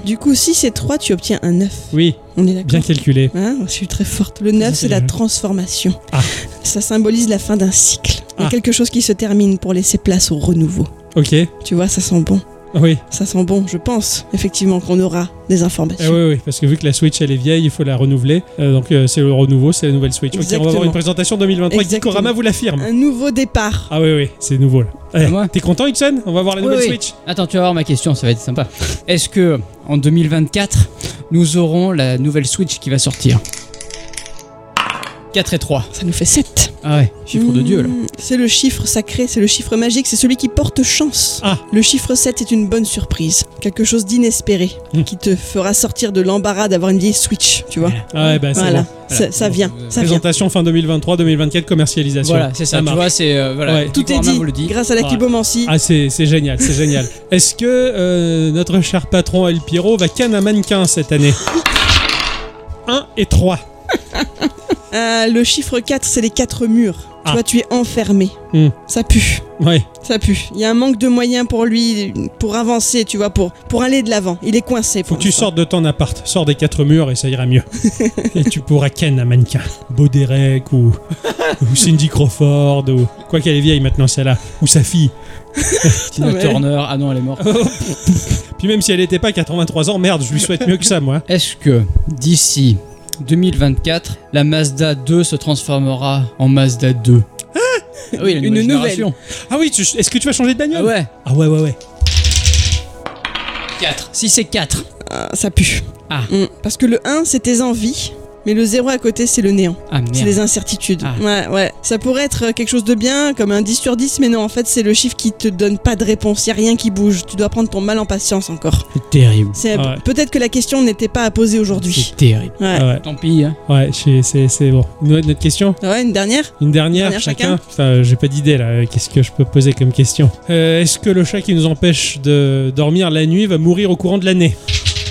S3: Du coup, si c'est 3, tu obtiens un 9.
S1: oui,
S3: On est d'accord
S1: bien calculé.
S3: Hein, je suis très forte. Le 9, c'est la transformation.
S1: Ah.
S3: Ça symbolise la fin d'un cycle. Il y a
S1: Ah.
S3: quelque chose qui se termine pour laisser place au renouveau.
S1: Ok, Ah
S3: Tu vois, ça sent bon.
S1: oui,
S3: Ça sent bon, je pense, effectivement, qu'on aura des
S1: Eh
S3: informations.
S1: oui, oui, parce que vu que la Switch elle est vieille, il faut la renouveler. Euh, donc euh, c'est le renouveau, c'est la nouvelle Switch. Ok, on va
S3: Exactement.
S1: avoir une présentation 2023.
S3: Exactement.
S1: Gikorama vous l'affirme.
S3: Un nouveau départ.
S1: Ah oui, oui, c'est nouveau là.
S3: Ah,
S1: Eh,
S2: Moi
S1: T'es content, Ixon On va voir la
S2: Oui,
S1: nouvelle
S2: oui.
S1: Switch
S2: Attends, tu vas voir ma question, ça va être sympa. Est-ce que en 2024, nous aurons la nouvelle Switch qui va sortir 4 et 3.
S3: Ça nous fait 7.
S2: Ah ouais, chiffre de Dieu là.
S3: C'est le chiffre sacré, c'est le chiffre magique, c'est celui qui porte chance.
S1: Ah.
S3: Le chiffre 7 est une bonne surprise. Quelque chose d'inespéré
S1: Hmm.
S3: qui te fera sortir de l'embarras d'avoir une vieille Switch, tu vois.
S1: Ah ouais, bah c'est
S3: Voilà,
S1: bon.
S3: ça, ça
S2: Bon,
S3: vient.
S2: euh,
S3: Ça vient.
S1: Présentation fin 2023, 2024, commercialisation.
S2: Voilà, c'est ça, tu
S1: marche.
S2: vois, c'est euh, voilà,
S1: Ouais.
S3: Tout est
S2: Gikorama
S3: dit
S2: vous le dit.
S3: grâce à la
S1: Voilà.
S3: cubomancie.
S1: Ah, c'est c'est génial, c'est génial. Est-ce que euh, notre cher patron El Piro va canne un mannequin cette année 1 et 3.
S3: Euh, le chiffre 4, c'est les quatre murs.
S1: Ah.
S3: Tu vois, tu es enfermé.
S1: Hmm.
S3: Ça pue.
S1: Ouais,
S3: Ça pue. Il y a un manque de moyens pour lui, pour avancer, tu vois, pour, pour aller de l'avant. Il est coincé.
S1: faut
S3: pour
S1: que tu
S3: l'instant.
S1: sortes de ton appart, sors des quatre murs et ça ira mieux. et tu pourras ken un mannequin. Boderek ou, ou Cindy Crawford ou quoi qu'elle est vieille maintenant celle-là, ou sa fille.
S2: Tina
S3: Ah ouais.
S2: Turner, ah non, elle est morte.
S1: Puis même si elle n'était pas 83 ans, merde, je lui souhaite mieux que ça moi.
S2: Est-ce que d'ici 2024, la Mazda 2 se transformera en Mazda 2 Ah oui, la
S3: Une
S2: nouvelle
S3: nouvelle.
S2: génération.
S1: Ah oui, tu- est-ce que tu vas changer de
S2: Ah
S1: bagnole
S2: ouais,
S1: Ah ouais, ouais, ouais.
S2: 4. Si c'est 4.
S3: Ah, ça pue.
S2: Ah.
S3: Hmm. Parce que le 1, c'est tes envies. Mais le 0 à côté, c'est le néant.
S2: Ah merde.
S3: C'est les incertitudes.
S2: Ah.
S3: Ouais, ouais. Ça pourrait être quelque chose de bien, comme un 10 sur 10, mais non, en fait, c'est le chiffre qui te donne pas de réponse. Il a rien qui bouge. Tu dois prendre ton mal en patience encore.
S2: C'est terrible.
S3: C'est
S1: Ah ouais.
S3: Peut-être que la question n'était pas à poser aujourd'hui.
S2: C'est terrible.
S3: Ouais.
S1: Ah ouais,
S2: Tant pis, hein.
S1: ouais c'est- c'est c'est bon. Une- Notre question
S3: Ouais, une dernière
S1: Une dernière,
S3: Dernière
S1: chacun.
S3: chacun.
S1: Putain, euh, j'ai pas d'idée là. Euh, Qu'est-ce que je peux poser comme question Euh, Est-ce que le chat qui nous empêche de dormir la nuit va mourir au courant de l'année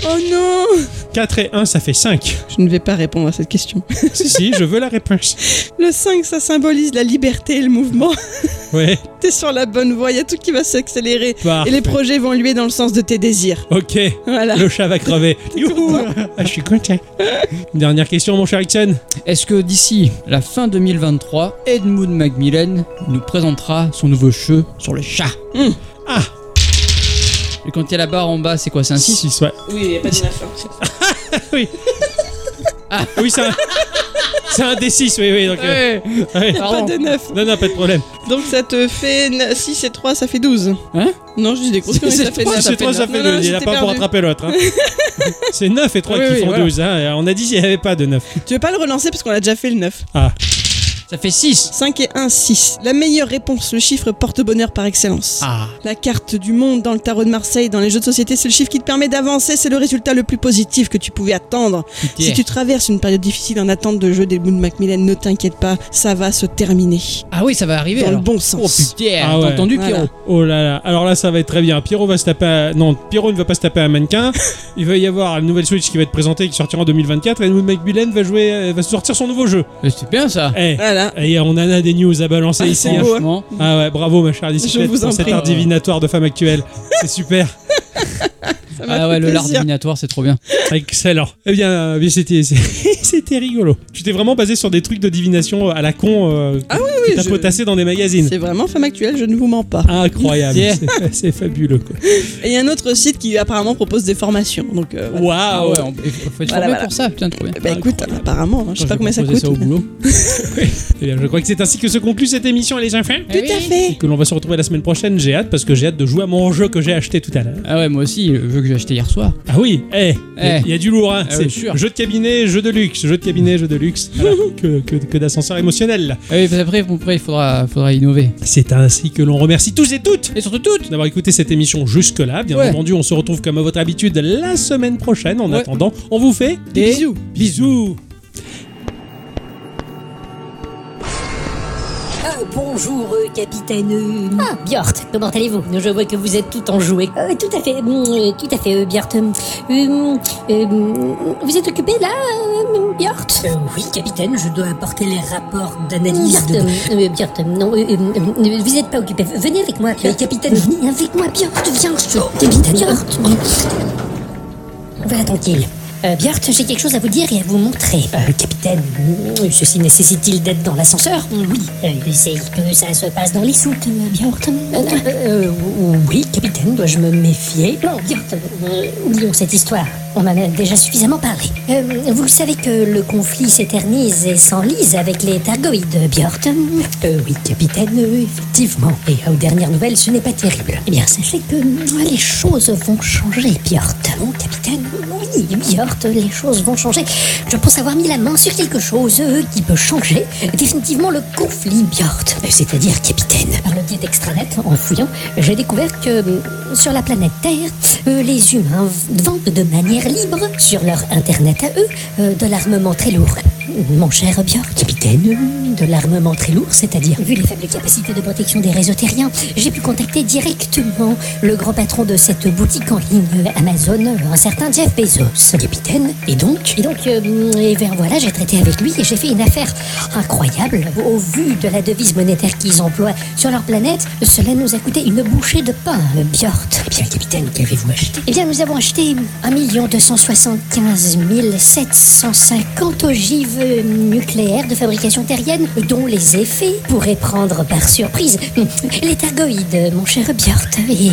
S3: Oh non
S1: 4 et 1, ça fait 5.
S3: Je ne vais pas répondre à cette question.
S1: si, si, je veux la réponse.
S3: Le 5, ça symbolise la liberté et le mouvement.
S1: Ouais,
S3: T'es sur la bonne voie, il y a tout qui va s'accélérer.
S1: parfait.
S3: Et les projets vont luer dans le sens de tes désirs.
S1: Ok,
S3: Voilà.
S1: le chat va crever. Youhou ah, Je suis content. Une dernière question, mon cher Ixon
S2: Est-ce que d'ici la fin 2023, Edmund Macmillan nous présentera son nouveau jeu sur le chat
S3: Mmh.
S1: Ah.
S2: Et quand il y a la barre en bas, c'est quoi C'est un 6
S1: Six, ouais.
S3: Oui, il n'y a pas de hein.
S1: Oui, c'est un... c'est un D6, oui, oui. Donc, euh,
S2: Ouais.
S1: ouais.
S3: Pas de 9.
S1: Non, non, pas de problème.
S3: Donc ça te fait 6 et 3, ça fait 12.
S2: Hein
S3: Non, je dis des grosses
S2: Six
S3: conneries,
S2: et
S3: ça fait
S2: trois,
S1: Ah,
S3: 9.
S1: c'est trop, ça
S3: neuf.
S1: fait
S3: Non, non,
S1: 2. Il n'y en a
S3: j'étais
S1: pas pour
S3: perdue.
S1: rattraper l'autre. hein. C'est 9 et 3
S2: Oui,
S1: qui
S2: oui,
S1: font
S2: voilà.
S1: 12. hein. On a dit qu'il n'y avait pas de 9.
S3: Tu veux pas le relancer parce qu'on a déjà fait le 9.
S2: Ça fait 6
S3: 5 et 1, 6. La meilleure réponse, le chiffre porte-bonheur par excellence.
S2: Ah
S3: La carte du monde dans le tarot de Marseille, dans les jeux de société, c'est le chiffre qui te permet d'avancer, c'est le résultat le plus positif que tu pouvais attendre.
S2: putain.
S3: Si tu traverses une période difficile en attente de jeu des bouts de Macmillan, ne t'inquiète pas, ça va se terminer.
S2: Ah oui, ça va arriver
S3: Dans
S2: alors.
S3: le bon
S2: Oh
S3: sens.
S2: putain,
S1: Ah
S2: t'as
S1: ouais.
S2: entendu
S3: Voilà.
S2: Pierrot
S1: Oh là là, alors là ça va être très bien. Pierrot va se taper à- Non, Pierrot ne va pas se taper à un mannequin. Il va y avoir une nouvelle Switch qui va être présentée qui sortira en 2024 et Edmund McMillan va jouer euh, va sortir son nouveau jeu.
S2: Mais C'est bien ça
S1: Eh
S3: voilà.
S2: Ah
S1: eh, on en a des news à balancer
S3: Ah,
S1: ici.
S3: c'est
S1: hein.
S3: beau.
S2: Franchement,
S1: Ah ouais, bravo ma chère
S3: Je
S1: bicyclette
S3: vous en
S1: pour cet
S3: prie.
S1: art divinatoire de femme actuelle. C'est super,
S3: Ça m'a
S2: ah
S3: fait
S2: ouais, le lard
S3: plaisir.
S2: divinatoire, c'est trop bien.
S1: excellent. Eh bien, euh, bien, c'était c'était rigolo. Tu t'es vraiment basé sur des trucs de divination à la con euh, que
S3: Ah Oui,
S1: t'as
S3: je-
S1: potassé dans des magazines.
S3: C'est vraiment femme actuelle, je ne vous mens
S2: Ah.
S3: pas.
S1: Incroyable,
S2: Yeah.
S1: C'est- c'est fabuleux quoi.
S3: Et il y a un autre site qui apparemment propose des formations. Donc, euh, voilà.
S1: Waouh,
S2: Ah ouais, on- il faut faut être
S3: Voilà,
S2: formé
S3: voilà.
S2: pour ça, putain, trop bien.
S3: Bah écoute, apparemment, hein, je sais pas combien ça
S2: proposer
S3: coûte.
S2: au boulot.
S1: Eh bien, je crois que c'est ainsi que se conclut cette émission, les enfants.
S3: Tout
S2: Eh
S3: à fait.
S1: Et que l'on va se retrouver la semaine prochaine. J'ai hâte parce que j'ai hâte de jouer à mon jeu que j'ai acheté tout à l'heure.
S2: Ah ouais, moi aussi, le jeu que j'ai acheté hier soir.
S1: Ah oui, eh, il y a-
S2: Eh.
S1: il y a du lourd, hein.
S2: Ah
S1: c'est
S2: oui, sûr.
S1: Jeu de cabinet, jeu de luxe, jeu de cabinet, jeu de luxe. Voilà, que que, que d'ascenseur émotionnel.
S2: Ah oui, parce après, après, il faudra, faudra innover.
S1: C'est ainsi que l'on remercie tous et toutes
S2: Et surtout toutes
S1: d'avoir écouté cette émission jusque-là. Bien
S2: Ouais.
S1: entendu, on se retrouve comme à votre habitude la semaine prochaine. En
S2: Ouais.
S1: attendant, on vous fait
S2: Des bisous.
S1: Bisous.
S7: Ah, bonjour, euh, capitaine. euh,
S8: Ah, Bjort, comment allez-vous Je vois que vous êtes tout enjoué.
S7: euh, tout à fait, mm, euh, tout à fait, euh, Bjart. Euh, euh, euh, vous êtes occupé là, euh, Bjart
S8: Euh, oui, capitaine, je dois apporter les rapports d'analyse.
S7: Bjart,
S8: de-
S7: euh, Bjart, non, euh, euh, euh, vous n'êtes pas occupé. Venez avec moi,
S8: Euh,
S7: Bjart.
S8: capitaine,
S7: Venez avec moi, Bjart, viens, je te
S8: capitaine.
S7: Bjart. Voilà, tranquille.
S8: euh, Bjort, j'ai quelque chose à vous dire et à vous montrer. Euh, capitaine, euh, ceci nécessite-t-il d'être dans l'ascenseur
S7: Oui,
S8: euh, Essaye que ça se passe dans les soutes.
S7: euh, Bjart.
S8: Euh, euh, oui, capitaine, dois-je me méfier
S7: Non, Bjart, euh, oublions cette histoire. On en a déjà suffisamment parlé.
S8: Euh, vous savez que le conflit s'éternise et s'enlise avec les Targoïdes, Bjort. Euh, oui, capitaine, euh, effectivement. Et
S7: euh,
S8: aux dernières nouvelles, ce n'est pas terrible.
S7: Eh bien, sachez que euh, les choses vont changer, Bjort.
S8: Bon, capitaine,
S7: Oui, Bjort, les choses vont changer. Je pense avoir mis la main sur quelque chose euh, qui peut changer définitivement le conflit, Bjort.
S8: euh, c'est-à-dire capitaine.
S7: Par le biais d'extranet, en fouillant, j'ai découvert que euh, sur la planète Terre, euh, les humains v- vendent de manière libre, sur leur internet à eux, euh, de l'armement très lourd. Mon cher Björk,
S8: Capitaine, de l'armement très lourd, c'est-à-dire.
S7: vu les faibles capacités de protection des réseaux terriens, j'ai pu contacter directement le grand patron de cette boutique en ligne euh, Amazon, euh, un certain Jeff Bezos.
S8: Capitaine, et donc
S7: Et donc, euh, eh bien voilà, j'ai traité avec lui et j'ai fait une affaire incroyable. Au vu de la devise monétaire qu'ils emploient sur leur planète, cela nous a coûté une bouchée de pain, euh, Bjort.
S8: Eh bien, capitaine, qu'avez-vous acheté
S7: Eh bien, nous avons acheté 1 275 750 ogives euh, nucléaires de fabrication terrienne, dont les effets pourraient prendre par surprise hum, les targoïdes, euh, mon cher Bjort. Et, et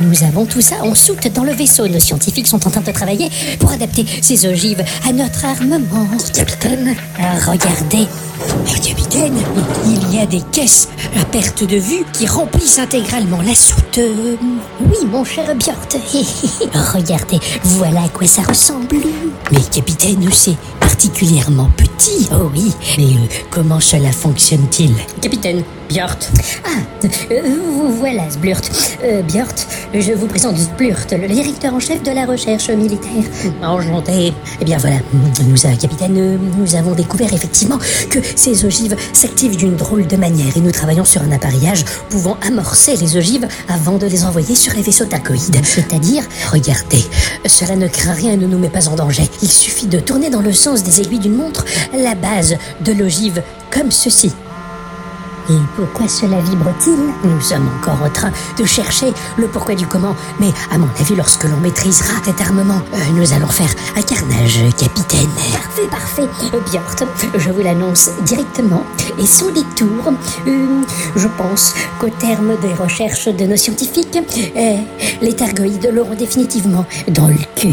S7: nous avons tout ça en soute dans le vaisseau. Nos scientifiques sont en train de travailler pour adapter ces ogives à notre armement. Capitaine, ah, regardez.
S8: Oh, capitaine
S7: Il y a des caisses à perte de vue qui remplissent intégralement la soute. Euh, Oui, mon cher Bjort. Regardez, voilà à quoi ça ressemble.
S8: Mais capitaine, c'est particulièrement petit. Oh oui, mais euh, comment cela fonctionne-t-il
S7: Capitaine Bjort. Ah, euh, vous voilà, Sblurt. Euh, Bjort, je vous présente Sblurt, le directeur en chef de la recherche militaire.
S8: Enchanté. Eh bien voilà, nous, euh, capitaine, euh, nous avons découvert effectivement que ces ogives s'activent d'une drôle de manière et nous travaillons sur un appareillage pouvant amorcer les ogives avant de les envoyer sur les vaisseaux tacoïdes.
S7: C'est-à-dire
S8: Regardez, cela ne craint rien et ne nous met pas en danger. Il suffit de tourner dans le sens des aiguilles d'une montre la base de l'ogive comme ceci.
S7: Et pourquoi cela vibre-t-il
S8: Nous sommes encore en train de chercher le pourquoi du comment, mais à mon avis, lorsque l'on maîtrisera cet armement, euh, nous allons faire un carnage, capitaine.
S7: Parfait, parfait, Euh, Bjort. Je vous l'annonce directement et sans détour. Euh, je pense qu'au terme des recherches de nos scientifiques, euh, les targoïdes l'auront définitivement dans le cul.